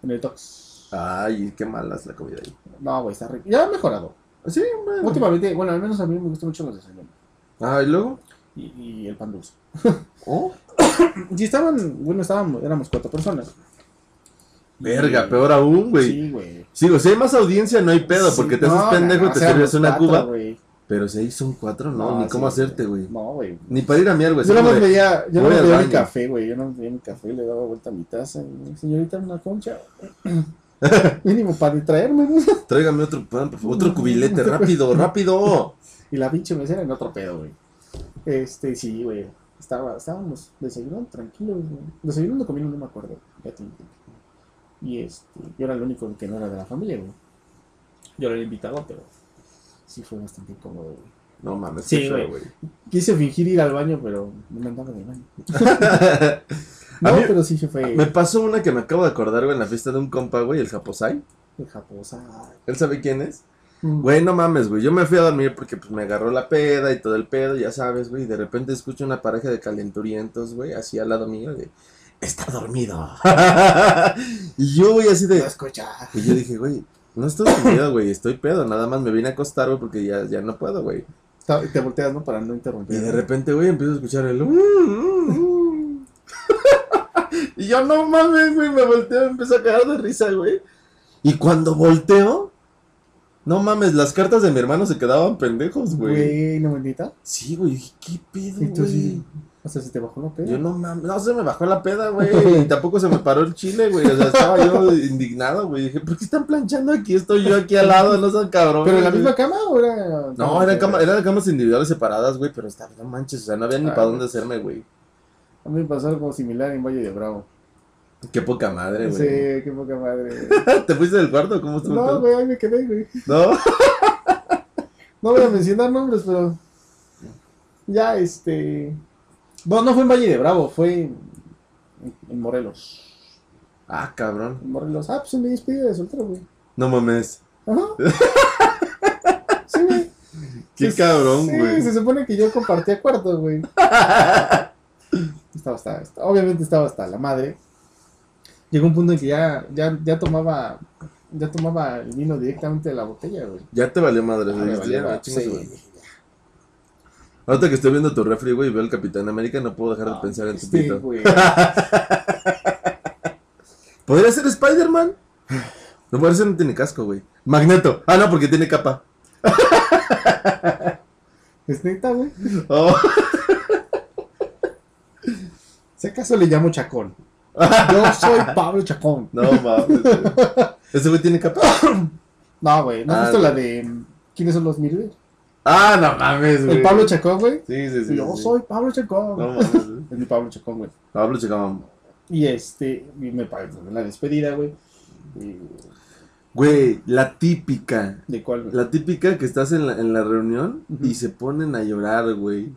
A: En el Tox.
B: Ay, qué mala es la comida ahí.
A: No, güey, está rico. Ya ha mejorado.
B: Sí, güey.
A: Últimamente, bueno, al menos a mí me gustan mucho los desayunos.
B: Ah, ¿y luego?
A: Y, y el pan dulce.
B: Oh.
A: Y estaban, bueno, estábamos, éramos cuatro personas.
B: Verga,
A: Y-
B: peor aún, güey. Sí.
A: Sí, güey.
B: o sea, hay más audiencia, no hay pedo, porque te haces pendejo y te sirves una cuba. Pero si ahí son cuatro, no, ni cómo hacerte, güey.
A: No, güey.
B: Ni para ir a miar, güey.
A: yo
B: así
A: no me
B: Pues como de,
A: veía, yo no
B: voy
A: me
B: al
A: veía mi
B: baño.
A: café, güey. Yo no me veía mi café, le daba vuelta a mi taza. y, Señorita, una concha. Mínimo para distraerme, ¿no?
B: Tráigame otro pan, por favor, otro cubilete, rápido, rápido.
A: Y la pinche mesera en otro pedo, güey. Este, sí, güey. Estaba, estábamos desayunando tranquilos, güey. Desayunando comiendo, no me acuerdo. Ya tiene tiempo. Y este, yo era el único que no era de la familia, güey. Yo era el invitado, pero sí fue bastante incómodo, güey.
B: No mames,
A: Sí,
B: qué feo,
A: güey. Quise fingir ir al baño, pero no me andaba de baño. No,
B: A mí-
A: pero sí se fue
B: Me pasó una que me acabo de acordar, güey, en la fiesta de un compa, güey, el Japosai.
A: el japosa. Mm,
B: Él sabe quién es.
A: Güey.
B: Güey, no mames, güey. Yo me fui a dormir porque pues me agarró la peda y todo el pedo, ya sabes, güey. Y de repente escucho una pareja de calenturientos, güey, así al lado mío, de está dormido. y yo, güey, así
A: No
B: de.
A: escucha.
B: Y yo dije, güey, no estoy dormido, güey, estoy pedo. Nada más me vine a acostar, güey, porque ya, ya no puedo, güey.
A: Ta- Te volteas, ¿no? Para no
B: Y
A: interrumpir.
B: de repente, güey, empiezo a escuchar el. "Mm, mm, mm". y yo, no mames, güey, me volteo, me empiezo a cagar de risa, güey. Y cuando volteo, no mames, las cartas de mi hermano se quedaban pendejos, pues, güey.
A: Güey, no bendita.
B: Sí, güey, dije, ¿qué pedo,
A: Y tú
B: güey?
A: sí. O sea, se te bajó la peda.
B: Yo no mames, no se me bajó la peda, güey. Y tampoco se me paró el chile, güey. O sea, estaba yo indignado, güey. Dije, ¿por qué están planchando aquí? Estoy yo aquí al lado, no son cabrón.
A: ¿Pero en la misma cama o era.?
B: No, eran, cama- eran camas individuales separadas, güey, pero estaba, no manches, o sea, no había ni
A: Ay,
B: para
A: Ah, güey.
B: dónde hacerme, güey.
A: A mí me pasó algo similar en Valle de Bravo.
B: Qué poca madre,
A: sí,
B: güey.
A: qué poca madre.
B: ¿Te fuiste del cuarto? ¿Cómo estuvo?
A: No,
B: todo?
A: güey, ahí me quedé, güey.
B: ¿No?
A: No voy a mencionar nombres, pero. Ya, este. Bueno, no fue en Valle de Bravo, fue en, en Morelos.
B: Ah, cabrón.
A: En Morelos. Ah, pues en mi despedida de soltero, güey.
B: No mames.
A: Ajá. Sí, güey.
B: Qué
A: Se-
B: cabrón, güey.
A: Sí, se supone que yo compartía cuarto, güey. Estaba hasta, hasta- obviamente estaba hasta la madre. Llegó un punto en que ya, ya, ya tomaba ya tomaba el vino directamente de la botella, güey.
B: Ya te valió madre.
A: Ah, me
B: le dijiste,
A: valió
B: Pues ya,
A: madre.
B: chinga su
A: Sí,
B: madre. Ahorita que estoy viendo tu refri, güey, y veo el Capitán América, no puedo dejar de
A: Ah,
B: pensar en
A: sí,
B: tu pito.
A: güey.
B: ¿Podría ser Spider-Man? No, parece no tiene casco, güey. Magneto. Ah, no, porque tiene capa.
A: Es neta, güey.
B: Oh.
A: Si acaso le llamo Chacón. Yo soy Pablo Chacón.
B: No, mames. güey. Ese güey tiene capa.
A: No, güey. ¿No
B: Ah,
A: has visto
B: no.
A: la de mm, quiénes son los Mirror?
B: Ah, no mames, güey.
A: El Pablo Chacón, güey.
B: Sí, sí, sí.
A: Yo
B: sí.
A: soy Pablo
B: No
A: Chacón.
B: mames, güey.
A: Es mi Pablo Chacón, güey.
B: Pablo Chacamam.
A: Y este, y me pagó la despedida, güey. Y-
B: Güey, la típica.
A: ¿De cuál, güey?
B: La típica que estás en la, en la reunión
A: Ujú.
B: y se ponen a llorar, güey.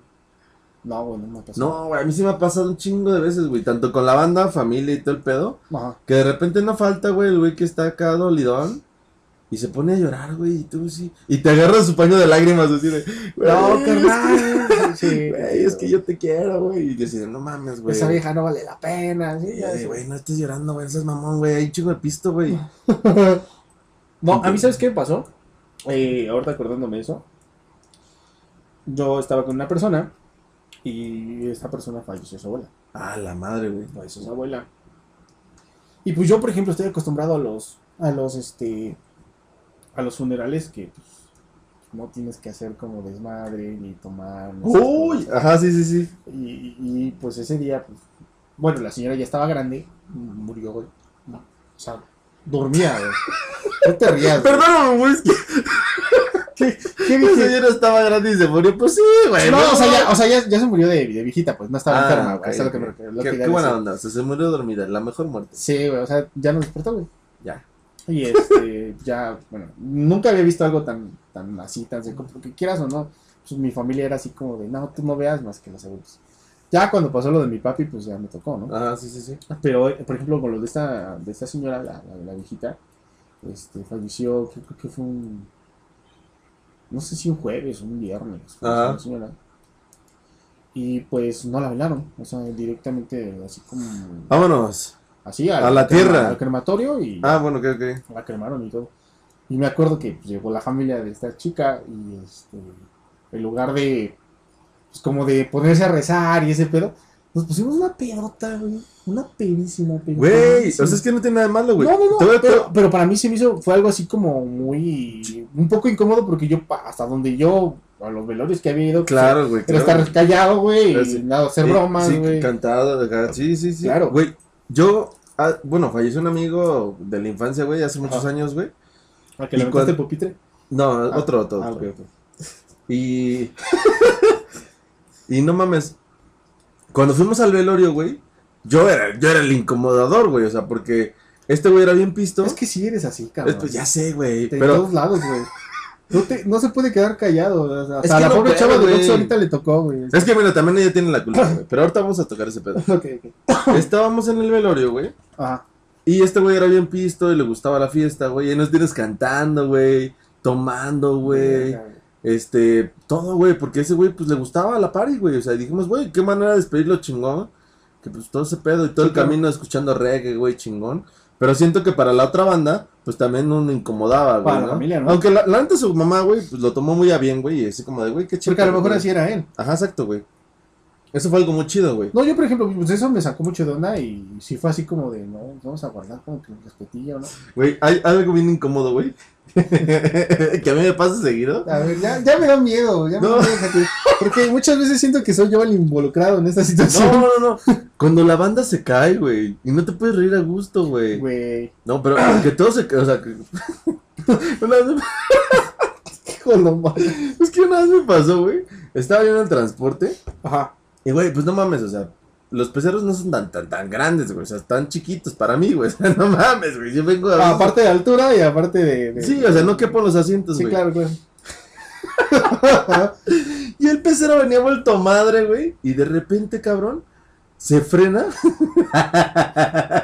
A: No, güey, no me pasó.
B: No, güey, a mí sí me ha pasado un chingo de veces, güey. Tanto con la banda, familia y todo el pedo.
A: Ajá.
B: Que de repente no falta, güey, el güey que está acá dolidón. Y se pone a llorar, güey, y tú sí. Y te agarra su paño de lágrimas, así de. güey,
A: No,
B: es
A: carnal.
B: que-
A: Sí.
B: Güey, es que yo te quiero, güey. Y decir, no mames, güey.
A: Esa vieja no vale la pena.
B: Y
A: Sí,
B: yo
A: ya
B: de,
A: sé.
B: Güey, no estés llorando, güey. Eso es mamón, güey. Hay un chingo de pisto, güey.
A: No, a mí, ¿sabes qué me pasó? Eh, ahorita acordándome de eso. Yo estaba con una persona y esta persona falleció su abuela.
B: Ah, la madre, güey.
A: Falleció su abuela. Y pues yo, por ejemplo, estoy acostumbrado a los, a los, este, a los funerales que pues, no tienes que hacer como desmadre ni tomar. ni esas
B: Uy,
A: cosas.
B: ajá, sí, sí, sí.
A: Y, y- y, pues ese día, pues, bueno, la señora ya estaba grande, murió, güey. No, o sea, dormía, güey. No te rías. güey.
B: Perdóname, güey. Es que
A: ¿Qué
B: la
A: dije?
B: señora estaba grande y se murió. Pues sí, güey.
A: No, o sea, ya, o sea, ya- ya se murió de, de viejita, pues no estaba
B: Ah,
A: enferma, güey.
B: ok,
A: eso es lo que me
B: ok.
A: refiero, lo
B: Qué,
A: que
B: qué
A: iba a
B: buena
A: decir.
B: onda. O sea, se murió dormida. La mejor muerte.
A: Sí, güey, o sea, ya nos despertó, güey.
B: Ya.
A: Y este, ya, bueno, nunca había visto algo tan, tan así, tan seco, porque quieras o no, pues mi familia era así como de, no, tú no veas más que los abuelos. Ya cuando pasó lo de mi papi, pues ya me tocó, ¿no?
B: Ajá, sí, sí, sí.
A: Pero, eh, por ejemplo, con lo de esta, de esta señora, la, la, la viejita, este, falleció, creo, creo que fue un, no sé si un jueves o un viernes, fue
B: Ajá.
A: la señora. Y pues no la velaron, o sea, directamente así como,
B: Vámonos.
A: así
B: a la
A: crema-
B: tierra.
A: al crematorio y
B: Ah, bueno, creo que.
A: la cremaron y todo. Y me acuerdo que pues, llegó la familia de esta chica y este, en lugar de, pues como de ponerse a rezar y ese pedo, nos pusimos una pedota, güey, una pedísima pedota.
B: Güey,
A: Ah, Sí.
B: o sea, es que no tiene nada de malo, güey.
A: No, no, no,
B: Te voy a-
A: pero, pero para mí se me hizo, fue algo así como muy, un poco incómodo porque yo, pa- hasta donde yo, a los velorios que había ido, pues,
B: Claro, güey.
A: era
B: claro.
A: estar callado, güey,
B: Pero
A: y
B: sí.
A: nada, hacer
B: Sí,
A: bromas,
B: sí,
A: güey.
B: cantado, ajá, sí, sí, sí.
A: Claro.
B: Güey, yo, ah, bueno, falleció un amigo de la infancia, güey, hace muchos
A: Ajá.
B: años, güey.
A: ¿A que
B: y
A: le aventaste
B: cuan-
A: el pupitre?
B: No,
A: Ah,
B: otro, otro,
A: Ah,
B: otro.
A: ok, ok.
B: Y. y no mames. Cuando fuimos al velorio, güey, yo era, yo era el incomodador, güey, o sea, porque este güey era bien pisto.
A: Es que si eres así,
B: Es-
A: cabrón.
B: pues ya sé, güey,
A: De
B: pero
A: todos lados, güey. No, te- no se puede quedar callado. o sea,
B: Es
A: hasta
B: que
A: la
B: no
A: pobre
B: puede,
A: chava de
B: güey.
A: Oxxo ahorita le tocó, güey.
B: es que bueno, también ella tiene la culpa, güey, pero ahorita vamos a tocar ese pedo.
A: Ok, ok.
B: Estábamos en el velorio, güey,
A: Ajá.
B: y este güey era bien pisto y le gustaba la fiesta, güey, y nos tienes cantando, güey, tomando, güey. Este, todo, güey, porque ese güey, pues le gustaba la party, güey. O sea, dijimos, güey, qué manera de despedirlo chingón. Que pues todo ese pedo y todo
A: Sí,
B: el
A: claro.
B: camino escuchando reggae, güey, chingón. Pero siento que para la otra banda, pues también uno incomodaba, güey.
A: Para la familia, ¿no?
B: Aunque la, la neta su mamá, güey, pues lo tomó muy a bien, güey. Y así como de, güey, qué chido.
A: Porque a lo mejor
B: güey.
A: así era él.
B: Ajá, exacto, güey. Eso fue algo muy chido, güey.
A: No, yo, por ejemplo, pues eso me sacó mucho de onda y sí fue así como de, no, vamos a guardar como que un respetillo, ¿no?
B: Güey, hay algo bien incómodo, güey. que a mí me pasa seguido.
A: A ver, ya, ya me da miedo, ya me
B: No.
A: da miedo. fíjate. Porque muchas veces siento que soy yo el involucrado en esta
B: No,
A: situación.
B: no, no. Cuando la banda se cae, güey. Y no te puedes reír a gusto, güey.
A: Güey,
B: No, pero que todo se. O sea, que. Una vez me-
A: hijo de la madre.
B: es que una vez me pasó, güey. Estaba yo en el transporte.
A: Ajá.
B: Y, güey, pues no mames, o sea. Los peceros no son tan, tan, tan grandes, güey. O sea, están chiquitos para mí, güey. O sea, no mames, güey. Yo vengo a.
A: Ah, Aparte de altura y aparte de. de-
B: Sí, o sea, no quepo en los asientos,
A: Sí,
B: güey.
A: claro, claro.
B: Y el pecero venía vuelto madre, güey. Y de repente, cabrón, se frena.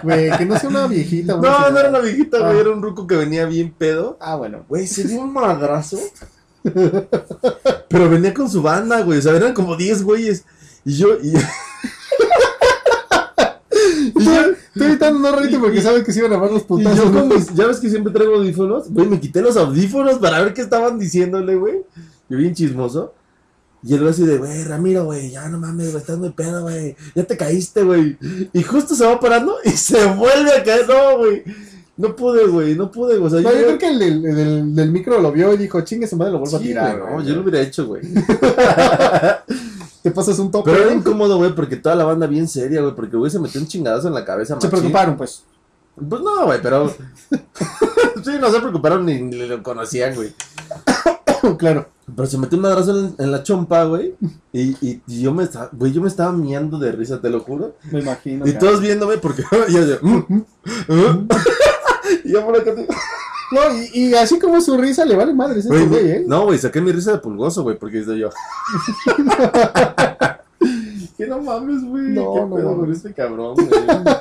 A: Güey, que no sea una viejita.
B: No,
A: una señora.
B: no era una viejita, güey.
A: Ah.
B: Era un ruco que venía bien pedo.
A: Ah, bueno.
B: Güey, se dio un madrazo. Pero venía con su banda, güey. O sea, eran como 10 güeyes. Y yo, y,
A: Estoy evitando no reírte porque
B: y-
A: sabes que se iban a armar los
B: Y yo
A: putazos.
B: con
A: ¿no?
B: mis- ya ves que siempre traigo audífonos, güey, me quité los audífonos para ver qué estaban diciéndole, güey. Yo bien chismoso. Y el güey así de, güey, Ramiro, güey, ya no mames, güey, estás muy pedo, güey, ya te caíste, güey. Y justo se va parando y se vuelve a caer, no, güey. No pude, güey, no pude, güey. O sea,
A: No, yo creo que el del, el del- del micro lo vio y dijo, chingue su madre, lo vuelvo
B: Sí,
A: a tirar.
B: güey, no,
A: güey".
B: yo lo hubiera hecho, güey.
A: Te pasas un tope.
B: Pero era
A: ¿no?
B: incómodo, güey, porque toda la banda bien seria, güey, porque, güey, se metió un chingadazo en la cabeza,
A: Se
B: machín.
A: preocuparon, pues.
B: Pues no, güey, pero. sí, no se preocuparon ni, ni lo conocían, güey.
A: claro.
B: Pero se metió un madrazo en, en la chompa, güey. Y, y, y yo me estaba, güey, yo me estaba miando de risa, te lo juro.
A: Me imagino.
B: Y
A: cara.
B: todos viéndome porque y yo, de, "Mm, mm". Y yo por acá te-
A: No, y, y así como su risa le vale madres este
B: Güey,
A: güey, ¿eh?
B: No, güey, saqué mi risa de pulgoso, güey, porque hice yo. que no mames, güey.
A: No,
B: qué
A: no
B: pedo
A: mames.
B: con este cabrón, güey.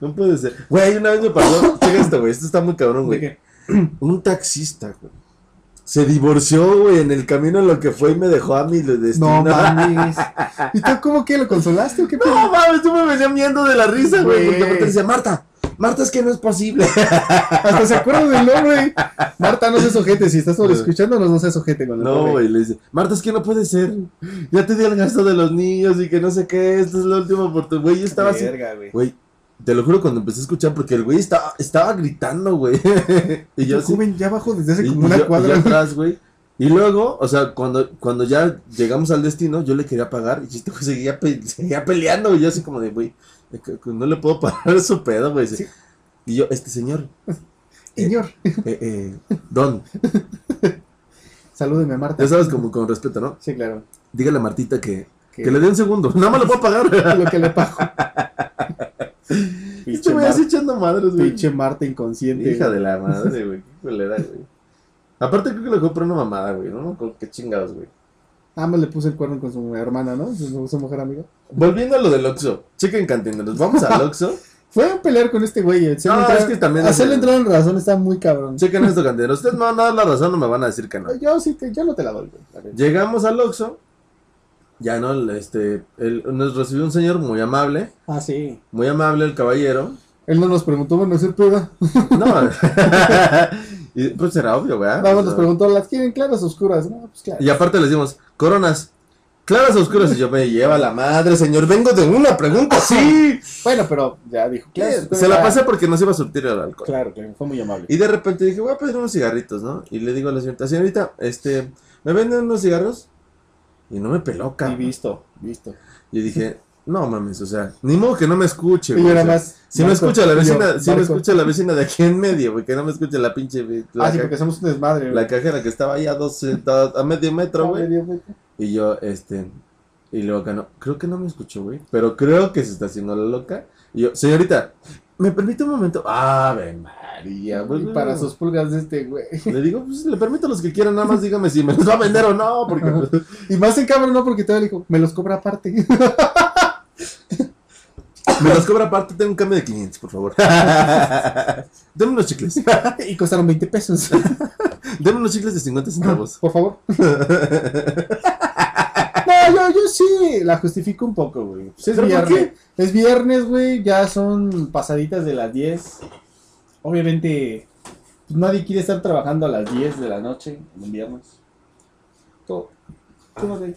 B: No puede ser. Güey, una vez me pasó. Checa esto, güey. Esto está muy cabrón,
A: ¿De
B: güey.
A: qué?
B: Un taxista, güey. Se divorció, güey, en el camino en lo que fue y me dejó a mi destino.
A: No mames. ¿Y tú cómo que lo consolaste o qué pedo?
B: No mames, tú me venías miendo de la risa, güey.
A: Güey.
B: Porque aparte decía, Marta, Marta, es que no es posible.
A: Hasta se acuerda del nombre. Marta, no seas ojete. Si estás solo
B: No.
A: escuchándonos, no seas ojete con el
B: No,
A: nombre.
B: güey, le dice, Marta, es que no puede ser. Ya te di el gasto de los niños y que no sé qué, esta es la última oportunidad. Güey, yo estaba así.
A: Verga, güey.
B: Güey, te lo juro cuando empecé a escuchar, porque el güey estaba, estaba gritando, güey. y
A: Yo
B: yo así.
A: joven ya abajo desde hace
B: Y,
A: como
B: y
A: una
B: yo- y yo
A: cuadra.
B: atrás, güey. Y luego, o sea, cuando, cuando ya llegamos al destino, yo le quería pagar y este güey seguía, pe- seguía peleando, güey. Yo así como de, güey, no le puedo parar su pedo, güey.
A: Sí.
B: Y yo, este señor,
A: Señor,
B: eh, eh, don,
A: salúdeme a Marta.
B: ya sabes, como con respeto, ¿no?
A: Sí, claro.
B: Dígale a Martita que,
A: Que,
B: que le dé un segundo, nada más lo puedo pagar.
A: lo que le pago.
B: Este
A: pinche,
B: güey
A: Marta,
B: así echando madres, güey.
A: pinche Marta inconsciente.
B: Hija
A: güey.
B: de la madre, güey. Qué culera, güey. Aparte creo que le compré una mamada, güey, ¿no? Con- Qué chingados, güey.
A: Nada más le puse el cuerno con su hermana, ¿no? Su, su mujer amiga.
B: Volviendo a lo del Oxxo. Chequen cantineros. Vamos al Oxxo.
A: Fue a pelear con este güey. hacerle
B: No,
A: entrar-
B: es que también-
A: Hacerle entrar en razón está muy cabrón.
B: Chequen esto, cantineros. Ustedes me van a dar la razón, no me van a decir que no.
A: Yo sí, te, yo no te la doy, güey. la neta.
B: Llegamos al Oxxo. Ya no, El, este, el- nos recibió un señor muy amable.
A: Ah, sí.
B: Muy amable el caballero.
A: Él no nos preguntó, bueno, ¿sí peda?
B: No. y, pues era obvio, ¿verdad?
A: Nada más
B: O
A: nos
B: sea,
A: preguntó, ¿las quieren claras o oscuras? No, pues claro.
B: Y aparte le decimos, coronas, claras o oscuras. Y yo me lleva la madre, señor. Vengo de una pregunta, sí.
A: Bueno, pero ya dijo, claro. oscuras,
B: Se la
A: ya.
B: pasé porque no se iba a surtir el alcohol.
A: Claro, claro, fue muy amable.
B: Y de repente dije, voy a pedir unos cigarritos, ¿no? Y le digo a la señorita, señorita, este, ¿me venden unos cigarros? Y no me peló,
A: Y
B: cabrón.
A: visto, visto.
B: Yo dije, no mames, o sea, ni modo que no me escuche,
A: Y yo
B: güey. o
A: nada
B: sea,
A: más.
B: Si me
A: Marco,
B: escucha la
A: yo,
B: vecina, si me
A: Marco.
B: escucha la vecina de aquí en medio, güey, que no me escuche la pinche la,
A: Ah, sí, Ah,
B: ca-
A: porque somos un desmadre, güey.
B: la cajera que estaba ahí a dos, a, a medio metro, güey. Y yo, este, y luego acá no, creo que no me escuchó, güey, pero creo que se está haciendo la loca. Y yo, señorita, ¿me permite un momento? Ah, Ave María, güey.
A: Y para sus pulgas de este güey.
B: Le digo, pues le permito a los que quieran, nada más dígame si me los va a vender o no, porque pues,
A: Y más en cabrón, no, porque todavía le dijo, me los cobra aparte.
B: me los cobra aparte, tengo un cambio de 500, por favor. Deme unos chicles,
A: y costaron 20 pesos.
B: deme unos chicles de 50 centavos.
A: Por favor. No, yo, yo sí la justifico un poco, güey. Pues es
B: ¿Pero por
A: viernes.
B: qué?
A: Es viernes, güey. Ya son pasaditas de las 10. Obviamente, pues, nadie quiere estar trabajando a las 10 de la noche en un viernes. Todo. todo de-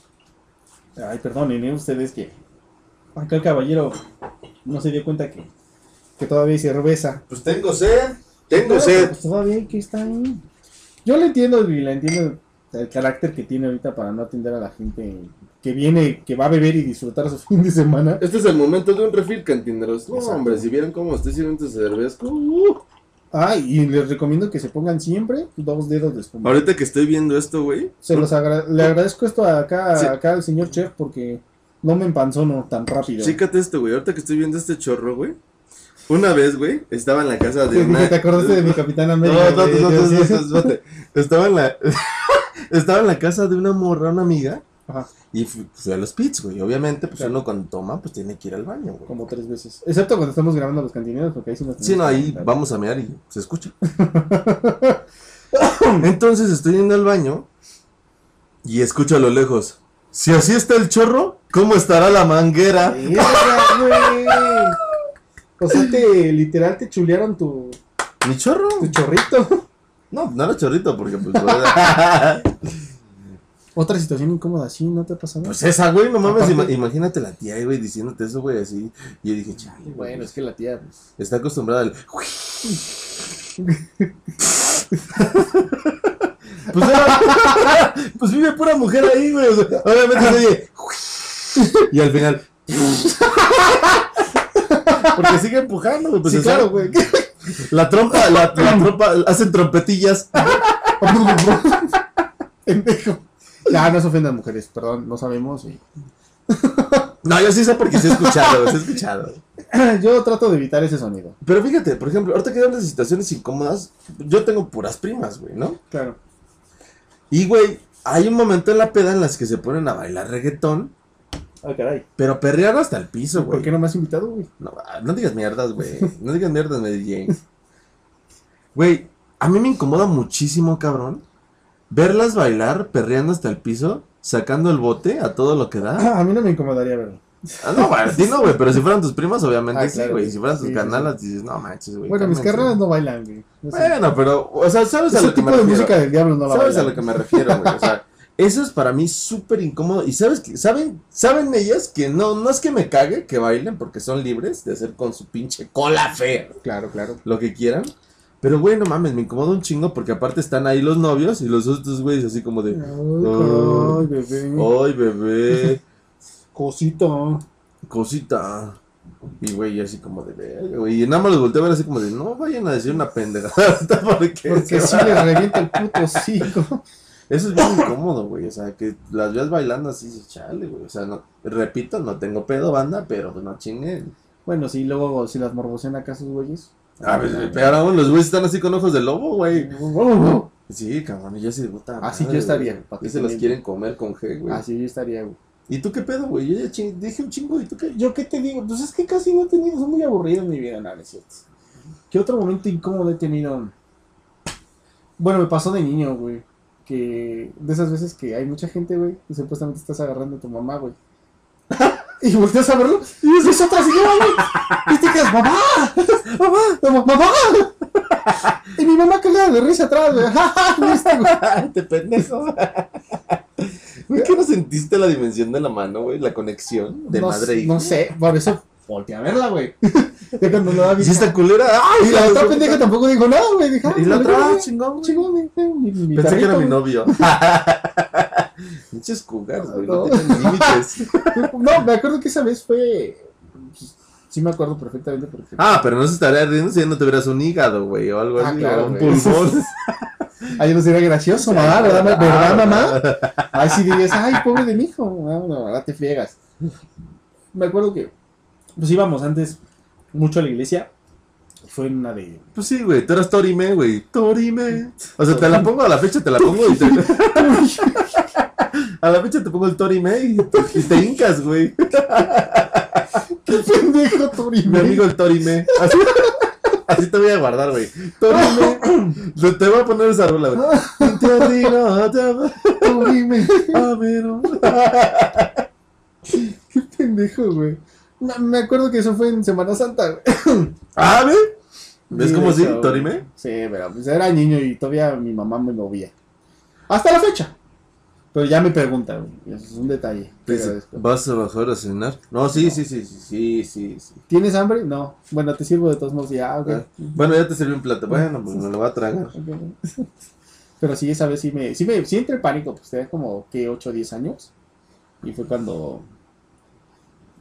A: Ay, perdonen, ¿eh? Ustedes que. Acá el caballero no se dio cuenta que, que todavía hay cerveza.
B: Pues tengo sed, tengo
A: Claro, pero pues todavía hay que estar ahí. Yo le entiendo, y le entiendo el carácter que tiene ahorita para no atender a la gente que viene, que va a beber y disfrutar su fin de semana.
B: Este es el momento de un refil, cantineros. No,
A: Exacto.
B: hombre, si vieron cómo estoy sirviendo este cerveza. uh.
A: Ah, y les recomiendo que se pongan siempre dos dedos de espuma.
B: Ahorita que estoy viendo esto, güey.
A: Se los agra- le agradezco esto a acá,
B: Sí.
A: acá al señor chef porque no me empanzono tan rápido.
B: Chécate esto, güey. Ahorita que estoy viendo este chorro, güey. Una vez, güey, estaba en la casa
A: Te
B: de
A: dije,
B: una.
A: ¿Te acordaste de mi capitán
B: No,
A: América?
B: no, no,
A: güey?
B: no,
A: Yo
B: no,
A: decía-
B: no, espérate. Estaba en la. Estaba en la casa de una morra, una amiga.
A: Ajá,
B: Y fui, fui a los pits, güey. Obviamente, pues
A: Claro.
B: uno cuando toma, pues tiene que ir al baño, güey.
A: como tres veces. Excepto cuando estamos grabando los cantineros porque ahí sí nos
B: Sí, no,
A: tenemos que
B: ahí
A: aguantar.
B: vamos a mear y se escucha. Entonces estoy yendo al baño y escucho a lo lejos. Si así está el chorro, ¿cómo estará la manguera?
A: Verga, güey. O sea, te, literal te chulearon tu,
B: ¿Mi chorro?
A: tu chorrito.
B: No, no era chorrito, porque pues. pues,
A: Otra situación incómoda, ¿sí? ¿No te ha pasado?
B: Pues esa, güey, no mames.
A: Aparte-
B: ima- imagínate la tía, güey, diciéndote eso, güey, así. Y yo dije, chale, güey,
A: bueno, es que la tía, pues,
B: está acostumbrada al. pues, era- pues vive pura mujer ahí, güey. o sea, obviamente se oye. y al final. porque sigue empujando, güey. Pues
A: sí,
B: o sea,
A: claro, güey.
B: La trompa, la, la trompa, hacen trompetillas.
A: Pendejo. Ya, no se ofendan mujeres, perdón, no sabemos. y-
B: No, yo sí sé porque sí he escuchado, sí he escuchado.
A: Yo trato de evitar ese sonido.
B: Pero fíjate, por ejemplo, ahorita que hablas de situaciones incómodas, yo tengo puras primas, güey, ¿no?
A: Claro.
B: Y, güey, hay un momento en la peda en las que se ponen a bailar reggaetón,
A: Ah, caray.
B: pero a perrear hasta el piso,
A: ¿Por
B: güey.
A: qué no me has invitado, güey?
B: No, ah, no digas mierdas, güey. No digas mierdas, me DJ. Güey, a mí me incomoda muchísimo, cabrón, verlas bailar perreando hasta el piso, sacando el bote a todo lo que da.
A: Ah, a mí no me incomodaría verlo.
B: Ah, no, güey, a ti no, güey, pero si fueran tus primas, obviamente
A: Ah,
B: sí,
A: claro,
B: güey.
A: sí,
B: Si fueran tus
A: sí, sí,
B: carnalas, dices, no manches, güey.
A: Bueno, mis
B: cálmense.
A: carreras no bailan, güey. No sé.
B: Bueno, pero, o sea, ¿sabes a
A: Ese
B: lo que
A: tipo
B: me
A: de
B: refiero?
A: música del diablo no la
B: ¿Sabes a
A: bailan.
B: lo que me refiero, güey? O sea, eso es para mí súper incómodo. Y sabes que, saben, saben ellas que no, no es que me cague que bailen porque son libres de hacer con su pinche cola fea
A: Claro, claro.
B: lo que quieran. Pero, güey, no mames, me incomoda un chingo porque aparte están ahí los novios y los otros güeyes así como
A: Ay,
B: de,
A: caray, bebé.
B: ay, bebé,
A: Cosito.
B: cosita. Y, güey, yo así como de, "Verga, güey. Y nada más los volteo a ver así como de, no vayan a decir una pendejada porque,
A: Porque sí le revienta el puto hocico.
B: Eso es bien incómodo, güey. O sea, que las veas bailando así, dices, chale, güey. O sea, no, repito, no tengo pedo, banda, pero pues no chinguen.
A: Bueno, sí, luego si las morbosean acá sus güeyes.
B: A ver, peor aún, los güeyes están así con ojos de lobo, güey.
A: Uh,
B: Sí, cabrón, y yo así de puta.
A: Así
B: madre,
A: Ah, yo estaría,
B: güey.
A: pa' que
B: Y se
A: te
B: las
A: den.
B: quieren comer con G, güey.
A: Así Ah, yo estaría, güey.
B: ¿Y tú qué pedo, güey? Yo ya ching- dije un chingo, ¿y tú qué?
A: ¿Yo qué te digo? Pues es que casi no he tenido, son muy aburridos en mi vida, nada, no es cierto. ¿Qué otro momento incómodo he tenido? Bueno, me pasó de niño, güey. Que de esas veces que hay mucha gente, güey, y supuestamente estás agarrando a tu mamá, güey. Y volteas a verlo, y esa es otra señora, güey. Y te quedas, mamá, mamá, mamá, mamá. Y mi mamá cagada de risa atrás, güey. "Ja, ja", y este, güey.
B: te pendejo. Güey, ¿qué no sentiste la dimensión de la mano, güey? La conexión de
A: no,
B: madre y.
A: No sé, por eso volteé a verla, güey. Ya cuando la vi.
B: ¿Y esta culera? ¡Ay,
A: Y la otra
B: puta!
A: pendeja tampoco dijo nada, güey. Dije, ah,
B: Y la
A: vale,
B: otra,
A: güey.
B: chingón, güey.
A: Chingón, güey. Mi- mi
B: Pensé que era
A: perrito,
B: mi novio. Pinches cougars, güey.
A: No.
B: No, tienen límites.
A: güey. No, me acuerdo que esa vez fue. pues, Sí, me acuerdo perfectamente porque.
B: Ah, pero no se estaría riendo si ya no tuvieras un hígado, güey, o algo
A: Ah,
B: así,
A: claro,
B: o un
A: güey.
B: pulmón.
A: Ay, no sería gracioso, mamá, ¿verdad, ma-
B: Ah,
A: ¿verdad mamá? Ay, sí dirías, ay, pobre de mi hijo. No, no, ahora te friegas. Me acuerdo que. Pues íbamos antes mucho a la iglesia. Fue en una de.
B: Pues sí, güey, tú eras Torime, güey. Torime. O sea, te la pongo a la fecha, te la pongo y te... A la fecha te pongo el Torime y te, y te hincas, güey.
A: ¡Qué pendejo, Tori!
B: Mi amigo el Torime. Así, así te voy a guardar, güey. Torime. Te- Te voy a poner esa rola, güey. Te digo, te amo,
A: Tori, me.
B: amero.
A: ¡Qué pendejo, güey! No, me acuerdo que eso fue en Semana Santa, güey.
B: Ah, ¿ve? ¿Ves
A: Sí,
B: cómo
A: de
B: sí,
A: hecho,
B: Torime?
A: Sí, pero pues era niño y todavía mi mamá me movía. Hasta la fecha. Pero ya me pregunta, güey. Eso es un detalle.
B: Te
A: Te
B: dice,
A: agradezco.
B: ¿Vas a bajar a cenar? No, sí, sí, sí, sí, sí, sí, sí.
A: ¿Tienes hambre? No. Bueno, te sirvo de todos modos ya, ah, ok.
B: Ah, Bueno, ya te serví un plato. Bueno, pues me lo voy a tragar.
A: Ok. Pero sí, esa vez sí me, sí me, sí entré en pánico, pues tenía como que 8 o 10 años. Y fue cuando,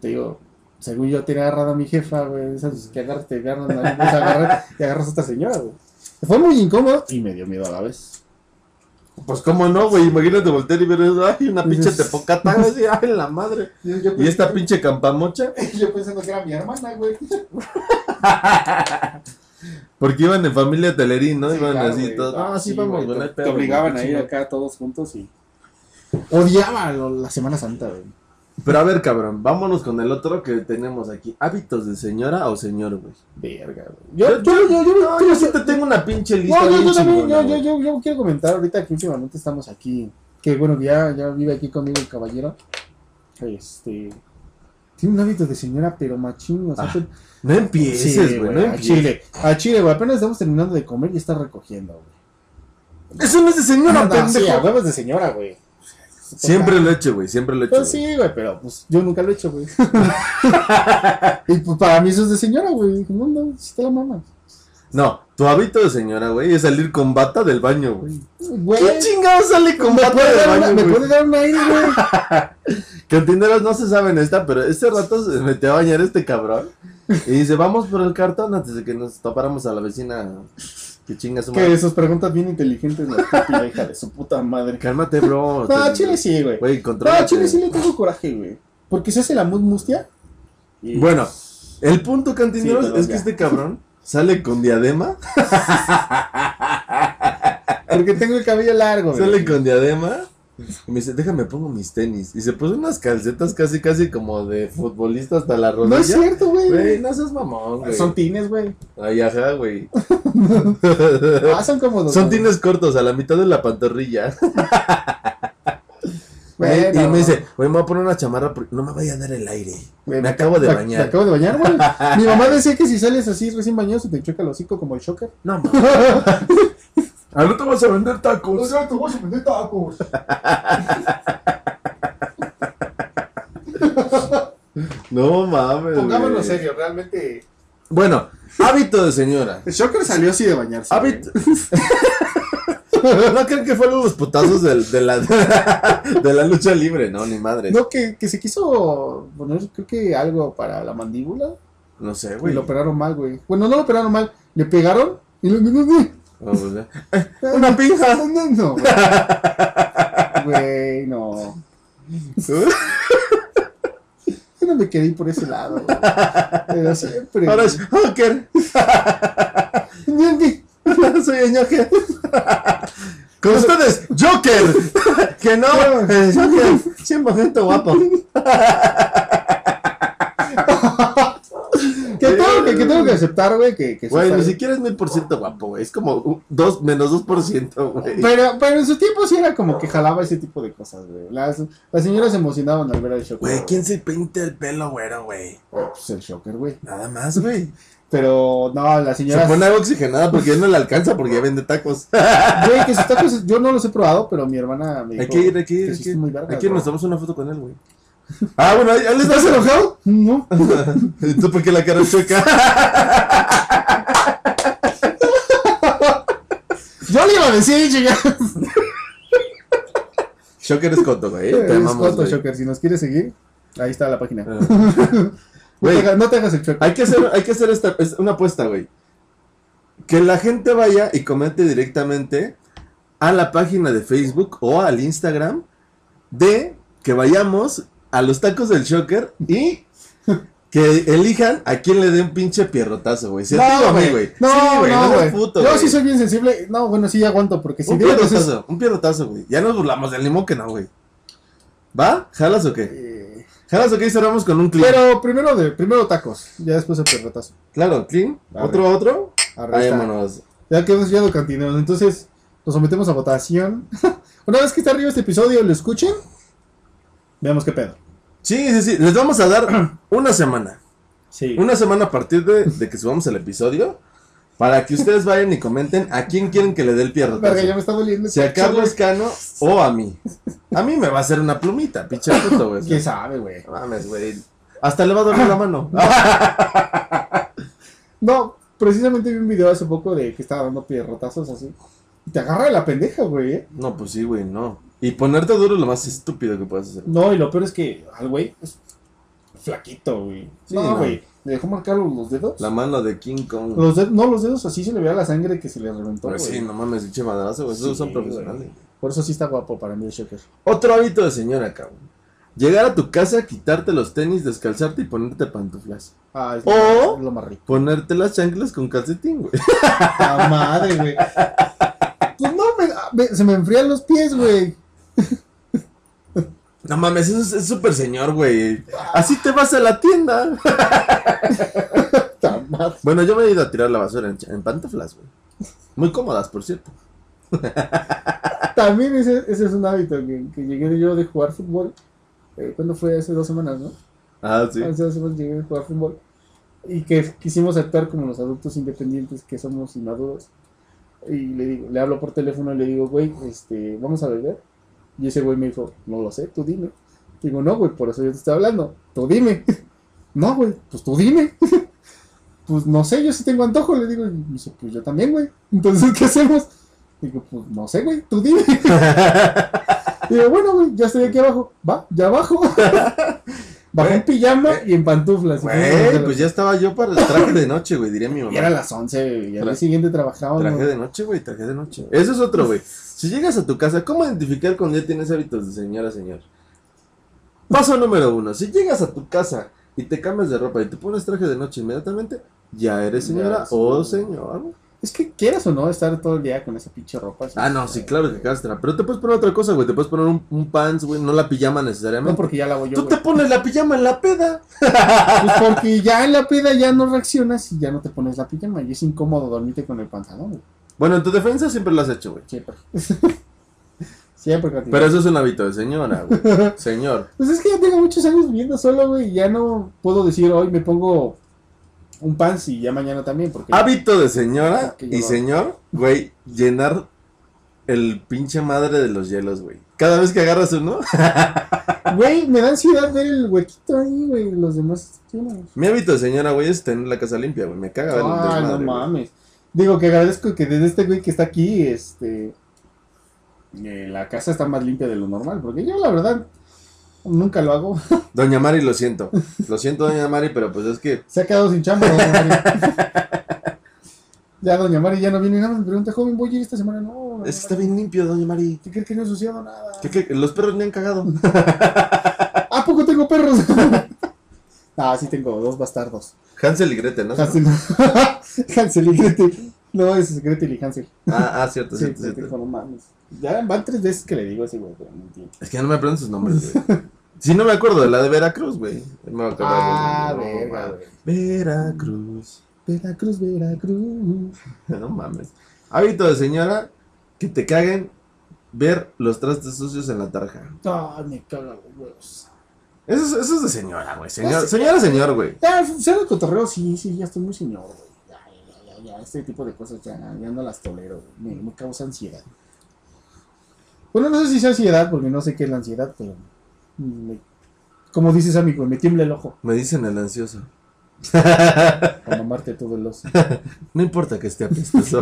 A: te digo, según yo tenía agarrada a mi jefa, güey, esas que agarras, te agarran, la nariz, agarras, y agarras a esta señora, güey. Fue muy incómodo y me dio miedo a la vez.
B: Pues cómo no, güey. Imagínate voltear y ver, ay, una pinche
A: Dices-
B: tepocata, así, ay, la madre. Y esta pinche campamocha,
A: Yo pensando que era mi hermana, güey.
B: porque iban en familia Telerín, ¿no?
A: Sí,
B: iban
A: claro,
B: así
A: güey.
B: todos. Ah, sí,
A: Sí,
B: vamos,
A: güey,
B: güey, no
A: te,
B: hay
A: te
B: pedo,
A: obligaban
B: güey,
A: a ir
B: chido.
A: acá todos juntos y. Odiaba lo- la Semana Santa, güey.
B: Pero a ver, cabrón, vámonos con el otro que tenemos aquí. ¿Hábitos de señora o señor, güey?
A: Verga, güey. Yo, yo, yo, yo,
B: No,
A: yo-
B: yo sí te tengo una pinche lista.
A: No, yo,
B: bien
A: yo también,
B: chingona,
A: yo, yo,
B: güey.
A: yo, yo quiero comentar ahorita que últimamente estamos aquí. Que bueno, que ya, ya vive aquí conmigo el caballero. Este. Tiene un hábito de señora, pero machín. O sea,
B: Ah,
A: pero-
B: No empieces,
A: Sí,
B: güey, no
A: güey, a
B: empieces.
A: Chile. A Chile, güey. Apenas estamos terminando de comer y está recogiendo, güey.
B: Eso no es de señora,
A: No, no,
B: pendejo.
A: sí, a huevos de señora, güey.
B: Siempre lo he hecho, güey, siempre lo he hecho.
A: Pues sí, güey, pero pues yo nunca lo he hecho, güey. y pues para mí eso es de señora, güey. Dije, No, no, si te la mamas.
B: güey. No, tu hábito de señora, güey, es salir con bata del baño, güey.
A: Güey.
B: ¿Qué chingado sale con
A: ¿Me
B: bata
A: puede,
B: del
A: dar una,
B: baño,
A: me
B: güey?
A: puede dar un aire, güey.
B: Cantineros no se saben esta, pero este rato se metió a bañar este cabrón. Y dice, vamos por el cartón antes de que nos topáramos a la vecina que chinga su
A: Que
B: madre.
A: sus preguntas bien inteligentes las típica hija de su puta madre.
B: Cálmate, bro.
A: No,
B: Te-
A: Chile sí, güey.
B: Güey,
A: No,
B: contrólate.
A: Chile sí le tengo coraje, güey. Porque se hace la mus mustia. y-
B: Bueno, el punto,
A: Sí,
B: Cantineros,
A: perdón,
B: es que
A: ya.
B: este cabrón sale con diadema.
A: Porque tengo el cabello largo, güey.
B: Sale con diadema. Y me dice, déjame pongo mis tenis. Y se puso unas calcetas casi, casi como de futbolista hasta la rodilla.
A: No es cierto,
B: Güey,
A: güey.
B: no seas mamón, güey.
A: Son tines, güey.
B: Ay, ajá, güey.
A: Ah, son como dos.
B: Son tines cortos, a la mitad de la pantorrilla. Güey,
A: Bueno.
B: y me dice, güey, me voy a poner una chamarra porque no me vaya a dar el aire.
A: Güey,
B: me acabo de
A: me-
B: bañar.
A: Me acabo de bañar, güey. Mi mamá decía que si sales así recién bañado se te choca el hocico como el shocker.
B: No, mames. Al rato vas a vender tacos.
A: sea, te vas a vender tacos.
B: No mames.
A: Pongámonos
B: güey.
A: serio, realmente.
B: Bueno, hábito de señora.
A: El shocker salió así de bañarse.
B: Hábito. Ah, no creen que fueron los putazos del- de, la, de la lucha libre, no, ni madre.
A: güey.
B: No,
A: No, que, que se quiso poner, creo que algo para la mandíbula.
B: sé,
A: Y
B: güey.
A: lo operaron mal, güey. Bueno, no lo operaron mal. Le pegaron y lo. No, no,
B: No, pues, eh. Una pinja.
A: no, no, güey. Güey, no. Yo no me quedé por ese lado, güey. Pero siempre.
B: Ahora
A: güey.
B: es Joker.
A: No, no.
B: Soy el Joker. Con ustedes, Joker. que no, eh, Joker. 100% guapo.
A: Que tengo que, que tengo que aceptar, güey, que, que sí
B: Güey,
A: está
B: ni
A: bien.
B: siquiera es mil por ciento guapo, güey. Es como uh, dos, menos 2%, güey.
A: pero, pero en su tiempo sí era como que jalaba ese tipo de cosas, güey. Las, las señoras se emocionaban al ver al Shocker.
B: Güey, ¿quién se pinta el pelo, güero, güey?
A: Pues el Shocker, güey.
B: Nada más, güey.
A: Pero no, las
B: Se
A: señoras.
B: pone agua oxigenada porque ya no le alcanza porque ya vende tacos.
A: Güey, que sus tacos, yo no los he probado, pero mi hermana me dijo.
B: Hay que ir, hay que
A: que
B: ir,
A: sí
B: hay que ir.
A: están muy vergas,
B: Hay que ir,
A: güey.
B: nos tomamos una foto con él, güey. Ah, bueno, ¿ya les
A: ¿Estás
B: das el
A: enojado? No.
B: Tú porque la cara choca.
A: Yo le iba a decir, chica.
B: Shocker es coto, güey. Te
A: Es
B: amamos,
A: Coto
B: güey.
A: Shocker, si nos quieres seguir, ahí está la página. No
B: Ah.
A: te
B: Güey,
A: hagas- No te hagas el Shocker.
B: hay que hacer, hay que hacer esta, es una apuesta, güey. Que la gente vaya y comente directamente a la página de Facebook o al Instagram de que vayamos a los tacos del Shocker y que elijan a quién le dé un pinche pierrotazo, güey. Si a ti o a mí, güey.
A: No,
B: Sí, güey,
A: no,
B: seas
A: güey.
B: puto,
A: yo
B: güey.
A: sí soy bien sensible. No, bueno, sí aguanto, porque si
B: un
A: vieras esos-
B: pierrotazo, un pierrotazo, güey. Ya nos burlamos del limón que no, güey. ¿Va? ¿Jalas o qué?
A: Eh,
B: ¿Jalas o qué? Y cerramos con un clean.
A: Pero primero de primero tacos, ya después el perrotazo.
B: Claro, clean.
A: A
B: ¿Otro, otro?
A: Arre, está.
B: Vámonos.
A: Ya que hemos llegado cantineros, entonces nos sometemos a votación. Una vez que está arriba este episodio, lo escuchen. Veamos qué pedo.
B: Sí, sí, sí. Les vamos a dar una semana.
A: Sí.
B: Una semana a partir de, de que subamos el episodio. Para que ustedes vayan y comenten a quién quieren que le dé el
A: Verga, ya
B: pierrotazo.
A: me está doliendo. este
B: Si a Carlos Cano o a mí. A mí me va a hacer una plumita, pinche puto, güey.
A: ¿Quién sabe, güey?
B: No Mames, güey. Hasta le va a doler la mano.
A: No, precisamente vi un video hace poco de que estaba dando pierrotazos así. Y te agarra de la pendeja, güey. ¿eh?
B: No, pues sí, güey, no. Y ponerte duro es lo más estúpido que puedes hacer.
A: No, y lo peor es que al güey es flaquito, güey.
B: Sí,
A: no,
B: no.
A: güey. Le dejó marcar los dedos.
B: La mano de King Kong.
A: Los dedos, no, los dedos así se le veía la sangre que se le reventó,
B: Pero
A: güey.
B: Pues sí, no mames, pinche madrazo, güey. Esos
A: Sí,
B: son profesionales.
A: Por eso sí está guapo para mí el Shocker.
B: Otro hábito de señora, cabrón. Llegar a tu casa, quitarte los tenis, descalzarte y ponerte pantuflas.
A: Ah, es
B: O-
A: lo, es lo más rico.
B: Ponerte las chanclas con calcetín, güey.
A: ¡Ah, madre, güey! Pues no, me- ah, me- se me enfrían los pies, güey.
B: No mames, eso es- es súper señor, güey. Así te vas a la tienda.
A: ¡Ta madre!
B: Bueno, yo me he ido a tirar la basura en, cha- en pantuflas, güey. Muy cómodas, por cierto.
A: También ese, ese es un hábito que, que llegué yo de jugar fútbol. Eh, ¿Cuándo fue? Hace dos semanas, ¿no?
B: Ah, sí.
A: Entonces hemos llegado a jugar fútbol. Y que quisimos actuar como los adultos independientes que somos inmaduros. Y le digo, le hablo por teléfono y le digo, güey, este, vamos a beber. Y ese güey me dijo, no lo sé, tú dime. Digo, no, güey, por eso yo te estoy hablando. Tú dime. No, güey, pues tú dime. Pues no sé, yo sí tengo antojo, le digo. Y me dice, pues yo también, güey. Entonces, ¿qué hacemos? Digo, pues no sé, güey, tú dime. Digo, bueno, güey, ya estoy aquí abajo. Va, ya abajo. Bajé en pijama y en pantuflas. y fuimos a
B: Güey, pues ya estaba yo para el traje de noche, güey, diría mi
A: y era
B: mamá.
A: las 11 y al día
B: Tra-
A: siguiente trabajábamos.
B: Traje de noche, güey, traje de noche. Eso es otro, güey. Si llegas a tu casa, ¿cómo identificar cuando ya tienes hábitos de señora, señor? Paso número uno. Si llegas a tu casa y te cambias de ropa y te pones traje de noche inmediatamente, ya eres
A: Ya
B: señora
A: eres
B: o
A: señora.
B: señor. güey.
A: Es que quieras o no estar todo el día con esa pinche ropa. este,
B: Ah, no, sí, claro que castra. Pero te puedes poner otra cosa, güey. Te puedes poner un, un pants, güey, no la pijama necesariamente.
A: No, porque ya la voy yo.
B: Tú
A: güey.
B: te pones la pijama en la peda.
A: Pues porque ya en la peda ya no reaccionas y ya no te pones la pijama. Y es incómodo dormirte con el pantalón, güey.
B: Bueno, en tu defensa siempre lo has hecho, güey.
A: Siempre. Siempre, Katy.
B: Pero eso es un hábito de señora, güey. Señor.
A: Pues es que ya tengo muchos años viviendo solo, güey. Y ya no puedo decir hoy me pongo un pants y ya mañana también. Porque
B: Hábito de señora
A: Ok, ya
B: y
A: va.
B: señor, güey, llenar el pinche madre de los hielos, güey. Cada vez que agarras uno.
A: Güey, me da ansiedad ver el huequito ahí, güey. Los demás. ¿qué onda, güey?
B: Mi hábito de señora, güey, es tener la casa limpia, güey. Me caga ver el
A: Ah, no
B: desmadre, güey.
A: mames. Digo que agradezco que desde este güey que está aquí, este. eh, la casa está más limpia de lo normal. Porque yo, la verdad, nunca lo hago.
B: Doña Mari, lo siento. Lo siento, Doña Mari, pero pues es que.
A: Se ha quedado sin chamba, doña Mari. ya, doña Mari ya no viene. Nada más me pregunta, joven, ¿voy a ir esta semana? No. doña
B: Es que está
A: Mari.
B: bien limpio, Doña Mari.
A: ¿Qué crees que no he ensuciado nada?
B: Que- que- Los perros me han cagado.
A: ¿A poco tengo perros? ah, sí tengo dos bastardos.
B: Hansel y Gretel, ¿no?
A: Hansel, Hansel y Gretel. No, es Gretel y Hansel.
B: Ah, ah, cierto,
A: Sí,
B: cierto,
A: te
B: cierto.
A: dijo, no mames. Ya van tres veces que le digo así, güey, pero no entiendo.
B: Es que no me aprendo sus nombres, güey. Si no me acuerdo de la de Veracruz, güey. Me voy a acordar,
A: Ah,
B: güey. No,
A: verga,
B: mames.
A: güey.
B: Veracruz.
A: Veracruz, Veracruz.
B: No mames. Hábito de señora, que te caguen ver los trastes sucios en la tarja.
A: Ah, me cagan los huevos.
B: Eso es, eso es de señora, güey. Señor,
A: Es-
B: señora, señor, güey.
A: Ya, fuera de cotorreo, sí, sí, ya estoy muy señor, güey. Ya, ya, ya, ya, este tipo de cosas ya, ya no las tolero, güey. Me, me causa ansiedad. Bueno, no sé si sea ansiedad, porque no sé qué es la ansiedad, pero. me- como dices, amigo, me tiembla el ojo.
B: Me dicen el ansioso.
A: Para mamarte todo el oso.
B: No importa que esté apestoso.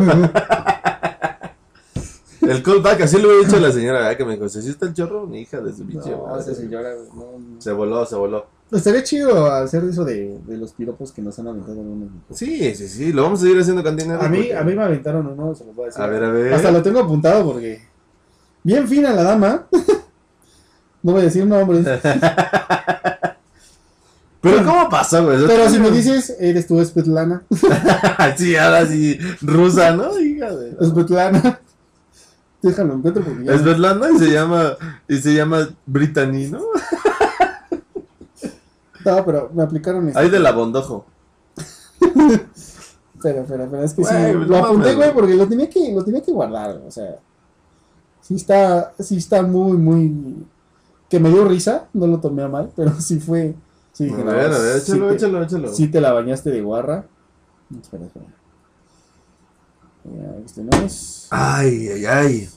B: el callback, así lo hubiera dicho la señora, ¿verdad? Que me dijo, si está el chorro, mi hija de su pinche
A: No,
B: madre".
A: esa señora, güey, no, no.
B: Se voló, se voló.
A: Estaría chido hacer eso de, de los piropos que nos han aventado algunos.
B: Sí, sí, sí. Lo vamos a seguir haciendo cantinero.
A: A mí,
B: porque-
A: a mí me aventaron uno, se los voy a decir.
B: A ver, a ver.
A: Hasta lo tengo apuntado porque. Bien fina la dama. no voy a decir nombres.
B: Pero ¿cómo pasó, güey? Ah,
A: Pero si me dices, eres tú Svetlana.
B: sí, ahora sí, rusa, ¿no? Hija de... la-
A: Svetlana. Déjalo, encuentro porque ya.
B: Es Svetlana y se llama y se llama Brittany, ¿no?
A: No, pero me aplicaron esto.
B: Ahí de la Bondojo.
A: Espera, espera, espera. Es que sí.
B: Güey,
A: Lo
B: no
A: apunté, güey,
B: mames, güey.
A: porque lo tenía que, lo tenía que guardar. O sea. Sí está, sí está muy, muy. Que me dio risa. No lo tomé a mal, pero sí fue. Sí,
B: a
A: dije, no,
B: ver, a ver,
A: sí
B: échalo,
A: te-
B: échalo, échalo.
A: Si te la bañaste de guarra. Espera, espera. Ya, este no es.
B: Ay, ay, ay.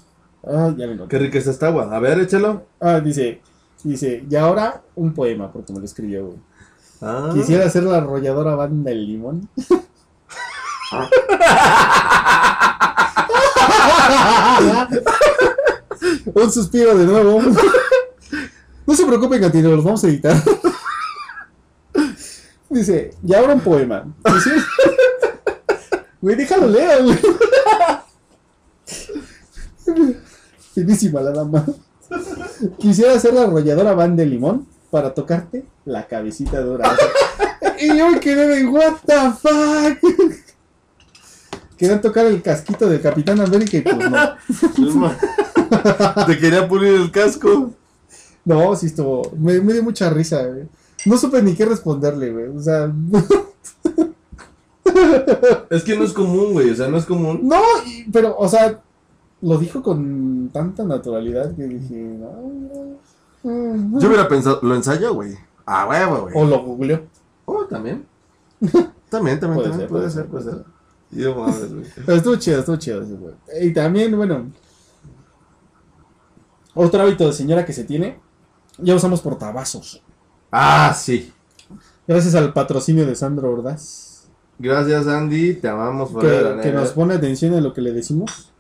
A: Ah, ya me
B: Qué
A: encontré.
B: rica está esta agua. A ver, échalo.
A: Ah, dice. Dice, y ahora un poema, porque me lo escribió, güey.
B: Ah.
A: Quisiera ser la arrolladora banda del limón. un suspiro de nuevo. No se preocupen, Cantino, los vamos a editar. Dice, y ahora un poema. Dice, Güey, déjalo leer, güey. Finísima la dama. Quisiera ser la arrolladora van de limón para tocarte la cabecita dorada. y yo me quedé de what the fuck. Querían tocar el casquito del Capitán América y pues no.
B: te quería pulir el casco.
A: No, sí estuvo. Me, me dio mucha risa, güey. No supe ni qué responderle, güey. O sea,
B: Es que no es común, güey. O sea, no es común.
A: no, y- pero, o sea, lo dijo con tanta naturalidad que dije, no, no, no.
B: Yo hubiera pensado, lo ensayo, güey. Ah, huevo, güey.
A: O lo googleó.
B: Oh, también. También, también,
A: Puede
B: Ah, también.
A: ser,
B: puede
A: puede
B: ser,
A: ser,
B: puede ser. Yo mames, güey.
A: Pero estuvo chido, estuvo chido. ese güey. Y también, bueno. Otro hábito de señora que se tiene. Ya usamos portavasos.
B: Ah, sí.
A: Gracias al patrocinio de Sandro Ordaz.
B: Gracias, Andy. Te amamos por la
A: Que, que
B: neta.
A: nos pone atención a lo que le decimos.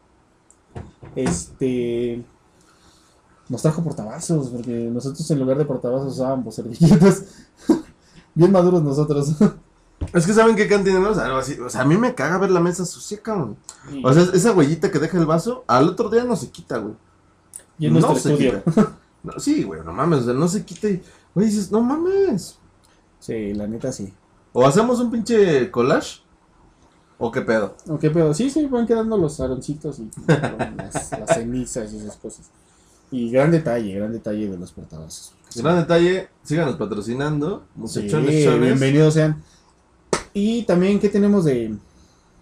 A: Este. Nos trajo portavasos. Porque nosotros en lugar de portavasos usábamos servilletas. Bien maduros nosotros.
B: Es que saben qué cantineros, algo así. O sea, a mí me caga ver la mesa sucia, cabrón. O sea, esa huellita que deja el vaso, al otro día no se quita, güey.
A: y en
B: no
A: nuestro
B: se
A: estudio.
B: quita. No, sí, güey, no mames, o sea, no se quita. y, Güey, dices, no mames.
A: Sí, la neta sí.
B: O hacemos un pinche collage, o qué pedo.
A: Ok, pero sí, sí, van quedando los aroncitos y las, las cenizas y esas cosas. Y gran detalle, gran detalle de los portavasos.
B: Gran detalle, síganos patrocinando.
A: Sí,
B: Muchachones, chones.
A: bienvenidos sean. Y también, ¿qué tenemos de,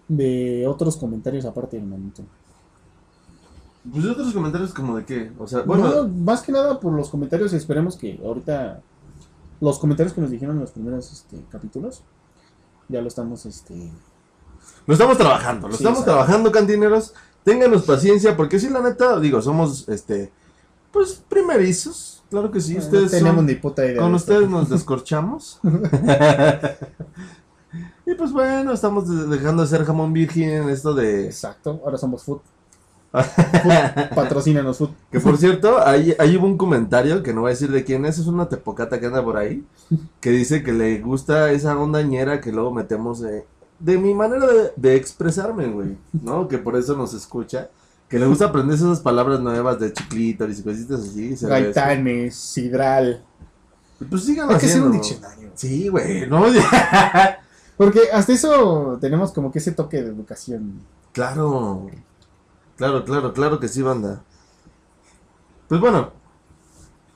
A: de otros comentarios aparte, hermanito?
B: Pues otros comentarios como de qué, o sea, bueno,
A: Bueno, más que nada por los comentarios, esperemos que ahorita los comentarios que nos dijeron en los primeros este, capítulos, ya lo estamos, este,
B: lo estamos trabajando, lo
A: Sí,
B: estamos
A: exacto.
B: trabajando, cantineros. Ténganos paciencia, porque si la neta, digo, somos, este, pues primerizos, claro que sí,
A: no
B: ustedes
A: tenemos
B: son-
A: ni puta idea.
B: con
A: de esto.
B: ustedes nos descorchamos. y pues bueno, estamos de- dejando de ser jamón virgen en esto de...
A: Exacto, ahora somos Food. Food, patrocínanos Food.
B: Que por cierto, ahí, ahí hubo un comentario que no voy a decir de quién es, es una tepocata que anda por ahí, que dice que le gusta esa ondañera que luego metemos eh, de mi manera de, de expresarme, güey, ¿no? Que por eso nos escucha, que le gusta aprender esas palabras nuevas de chiclito y cositas así. se ve eso.
A: Gaitanes, Sidral.
B: Pues síganlo
A: Hay que hacer
B: haciendo.
A: un diccionario.
B: Sí, güey, no,
A: Porque hasta eso tenemos como que ese toque de educación.
B: Claro, claro, claro, claro que sí, banda. Pues bueno,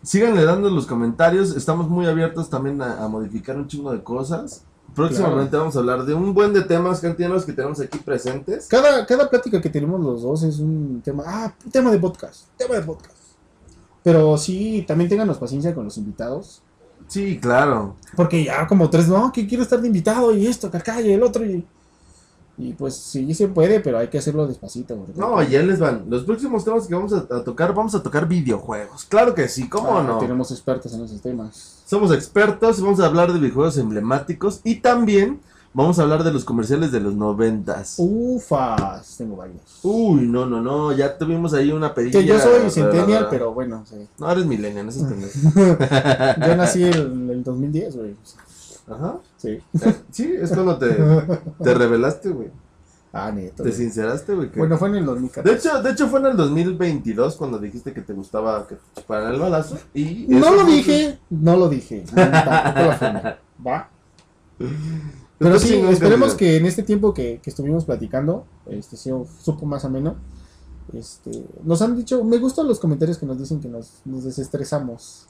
B: síganle dando los comentarios. Estamos muy abiertos también a, a modificar un chingo de cosas. Próximamente vamos a hablar de un buen de temas cantinos que tenemos aquí presentes.
A: Cada, cada plática que tenemos los dos es un tema. Ah, tema de podcast. Tema de podcast. Pero sí, también ténganos paciencia con los invitados.
B: Sí, claro.
A: Porque ya como tres, no, que quiero estar de invitado y esto, que acá y el otro. Y, y pues sí se puede, pero hay que hacerlo despacito. porque-
B: No, ya les van. Los próximos temas que vamos a, a tocar, vamos a tocar videojuegos. Claro que sí, ¿cómo
A: Ah,
B: no?
A: Tenemos expertos en esos temas.
B: Somos expertos y vamos a hablar de videojuegos emblemáticos y también vamos a hablar de los comerciales de los noventas.
A: Ufas, tengo varios.
B: Uy, no, no, no, ya tuvimos ahí una pedilla.
A: que yo soy
B: centenial,
A: centennial, pero bueno, sí.
B: No, eres millennial, no seas pendejo.
A: Yo nací en el, el 2010, güey.
B: Ajá.
A: Sí.
B: Eh, Sí, es cuando te, te revelaste, güey.
A: Ah, neto.
B: Te
A: güey.
B: sinceraste, güey. que-
A: Bueno, fue en el
B: De
A: 2014.
B: hecho, de hecho fue en el 2022 cuando dijiste que te gustaba que te chuparan el balazo y...
A: No
B: eso
A: lo
B: fue-
A: dije, pues, no lo dije. no, tampoco lo afirmo. Va. Pero
B: Está
A: sí,
B: chingón,
A: esperemos
B: candidato.
A: que en este tiempo que, que estuvimos platicando, este se supo más ameno. Este, nos han dicho, me gustan los comentarios que nos dicen que nos, nos desestresamos.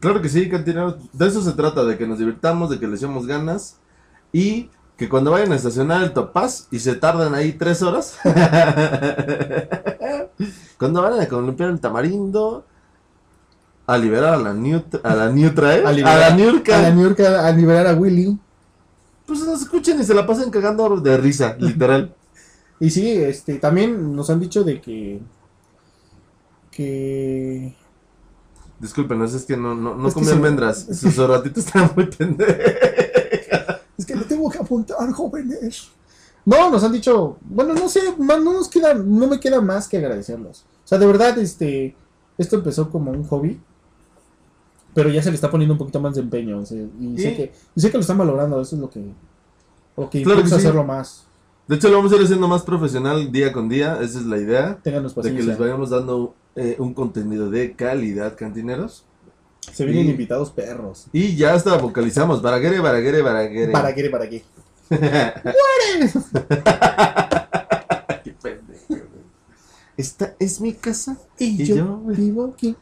B: Claro que sí, cantineros. De eso se trata, de que nos divirtamos, de que le echemos ganas y que cuando vayan a estacionar el Topaz y se tardan ahí tres horas, cuando vayan a columpiar el tamarindo, a liberar a la Newt, a la Newtra, ¿eh?
A: A
B: a,
A: liberar-
B: la Niurka,
A: A la New York a, a liberar a Willy.
B: pues nos escuchen y se la pasen cagando de risa, literal.
A: Y sí, este, también nos han dicho de que. Que.
B: Discúlpenos, es que no, no, no
A: Es que
B: comí
A: se-
B: almendras, sus ratitos estaban muy pendejos.
A: Es que le tengo que apuntar, jóvenes. No, nos han dicho, bueno, no sé, ma- no nos queda, no me queda más que agradecerlos. O sea, de verdad, este, esto empezó como un hobby, pero ya se le está poniendo un poquito más de empeño. o sea, y, sé
B: Y-
A: que, y sé que lo están valorando, eso es lo que, lo que
B: Claro que
A: impulsa a
B: sí.
A: hacerlo más.
B: De hecho, lo vamos a ir haciendo más profesional día con día, esa es la idea.
A: Ténganos
B: de que
A: paciencia.
B: les vayamos dando eh, un contenido de calidad, cantineros.
A: Se vienen
B: Sí.
A: invitados perros.
B: Y ya hasta vocalizamos. Baraguere, baraguere, baraguere.
A: ¿Para qué? ¿Para qué?
B: Qué pendejo, güey. Esta es mi casa.
A: Y,
B: Y
A: yo,
B: yo, güey.
A: vivo aquí.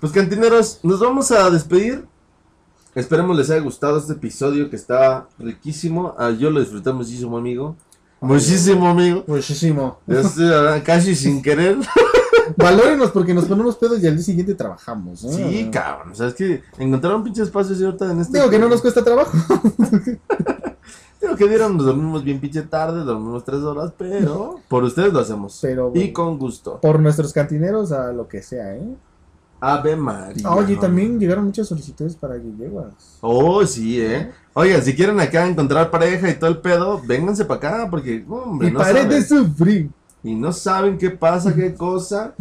B: Pues cantineros, nos vamos a despedir. Esperemos les haya gustado este episodio que está riquísimo. Ah, yo lo disfruté muchísimo, amigo. Muchísimo, amigo.
A: Muchísimo.
B: Este, ah, casi sin querer.
A: Valórenos porque nos ponemos pedos y al día siguiente trabajamos. ¿eh?
B: Sí, cabrón. O sea, es que encontraron pinche espacio y ahorita en este.
A: Digo que no nos cuesta trabajo.
B: Digo que dieron, nos dormimos bien pinche tarde, dormimos tres horas, pero por ustedes lo hacemos.
A: Pero
B: Y
A: bueno,
B: con gusto.
A: por nuestros cantineros a lo que sea, ¿eh?
B: Ave María.
A: Ah, oye, y
B: no.
A: también llegaron muchas solicitudes para yeguas.
B: Oh, sí, eh. Oigan, si quieren acá encontrar pareja y todo el pedo, vénganse para acá, porque, hombre,
A: Y
B: no
A: paré
B: saben.
A: de sufrir.
B: y no saben qué pasa, qué cosa.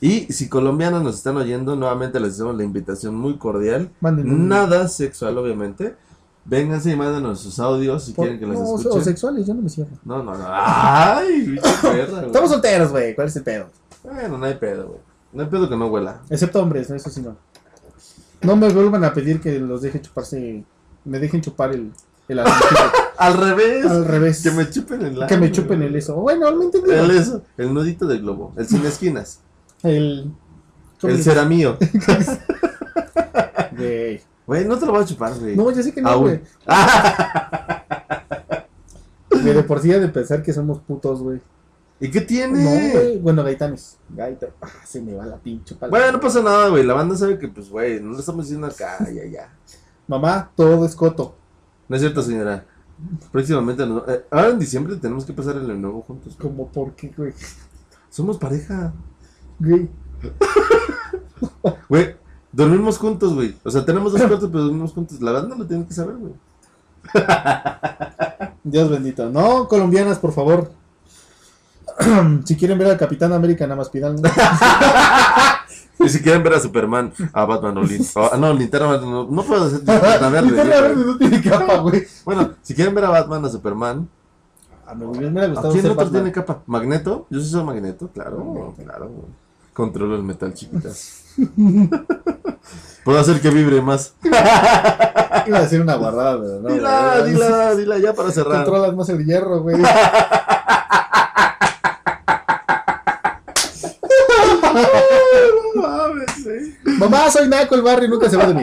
B: Y si colombianos nos están oyendo, nuevamente les hacemos la invitación muy cordial.
A: Manden un-
B: Nada sexual, obviamente. Vénganse y mándenos sus audios si
A: Por-
B: quieren que los
A: no, o- o
B: escuchen.
A: sexuales, yo no me cierro.
B: No, no, no. ¡Ay! bicho perra, güey.
A: Estamos solteros, güey. ¿Cuál es el pedo?
B: Bueno, no hay pedo, güey. No hay pedo que no huela.
A: Excepto hombres, ¿no? eso sí no. No me vuelvan a pedir que los deje chuparse. Me dejen chupar el, el anillo.
B: Al revés.
A: al revés.
B: Que me chupen el
A: Que me
B: ano,
A: chupen
B: güey.
A: el eso. Bueno, no entendí.
B: El eso. El nudito del globo. El sin esquinas.
A: El.
B: el será mío.
A: Güey.
B: Güey, no te lo vas a chupar, güey.
A: No, ya sé que no,
B: Aún.
A: güey. De de por sí ha de pensar que somos putos, güey.
B: ¿Y qué tiene?
A: No, güey. Bueno, gaitanes. Gaita. Ah, se me va la pinche palabra.
B: Bueno, no pasa nada, güey. La banda sabe que, pues, güey, no le estamos diciendo acá, ya, ya.
A: Mamá, todo es coto.
B: No es cierto, señora. Próximamente, nos- eh, ahora en diciembre tenemos que pasar el año nuevo juntos.
A: Como, ¿por qué, güey?
B: Somos pareja.
A: Güey.
B: Güey, dormimos juntos, güey. O sea, tenemos dos cuartos, pero dormimos juntos. La banda lo tiene que saber, güey.
A: Dios bendito. No, colombianas, por favor. si quieren ver al Capitán América, nada más pidan.
B: Y si quieren ver a Superman, a Batman o Lin- o- ah, no, Linterna Verde, no, no puedo decir Linterna Verde,
A: Linterna
B: güey.
A: Verde no tiene capa, güey.
B: Bueno, si quieren ver a Batman, a Superman,
A: A mí me hubiera
B: ¿a
A: gustado
B: quién
A: ser
B: otro
A: Batman.
B: tiene capa? ¿Magneto? Yo sí soy Magneto, claro, claro. güey. Controlo el metal, chiquitas. Puedo hacer que vibre más.
A: Iba a decir una guardada, pero no.
B: dila,
A: güey.
B: dila, dila, ya para cerrar.
A: Controlas más el hierro, güey.
B: No mames, güey.
A: Mamá, soy Naco, el barrio nunca se va de mí.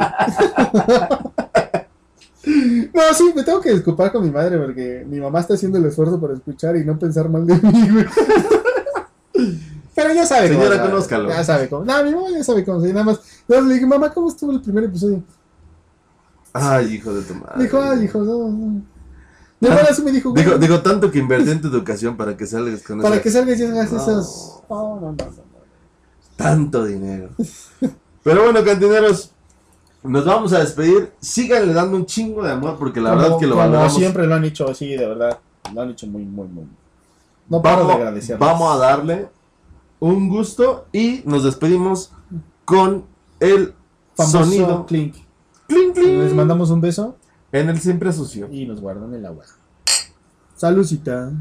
A: No, sí, me tengo que disculpar con mi madre porque mi mamá está haciendo el esfuerzo para escuchar y no pensar mal de mí, güey. Pero ya sabe
B: Señora,
A: sabe,
B: conózcalo.
A: Ya sabe cómo. No, mi mamá ya sabe cómo. soy, Nada más, nada más le dije, mamá, ¿cómo estuvo el primer episodio?
B: Ay, hijo de tu madre.
A: Dijo, ay, hijo, no, no. Mi
B: Ah,
A: hermana sí me dijo, güey,
B: Digo, digo, tanto que invertí en tu educación para que salgas con
A: para
B: esa-
A: que salgas y "Ah, hagas
B: No.
A: esas... Oh, no, no, no, no.
B: tanto dinero. Pero bueno, cantineros, nos vamos a despedir. Síganle dando un chingo de amor porque la verdad
A: Como-
B: que lo
A: como
B: valoramos.
A: siempre lo han hecho, sí, de verdad. Lo han hecho muy, muy, muy. No paro de
B: vamos,
A: agradecer.
B: vamos a darle un gusto y nos despedimos con el
A: famoso
B: sonido
A: clink.
B: clink, clink,
A: Les mandamos un beso
B: en el siempre sucio.
A: y nos guardan el agua. Salucita.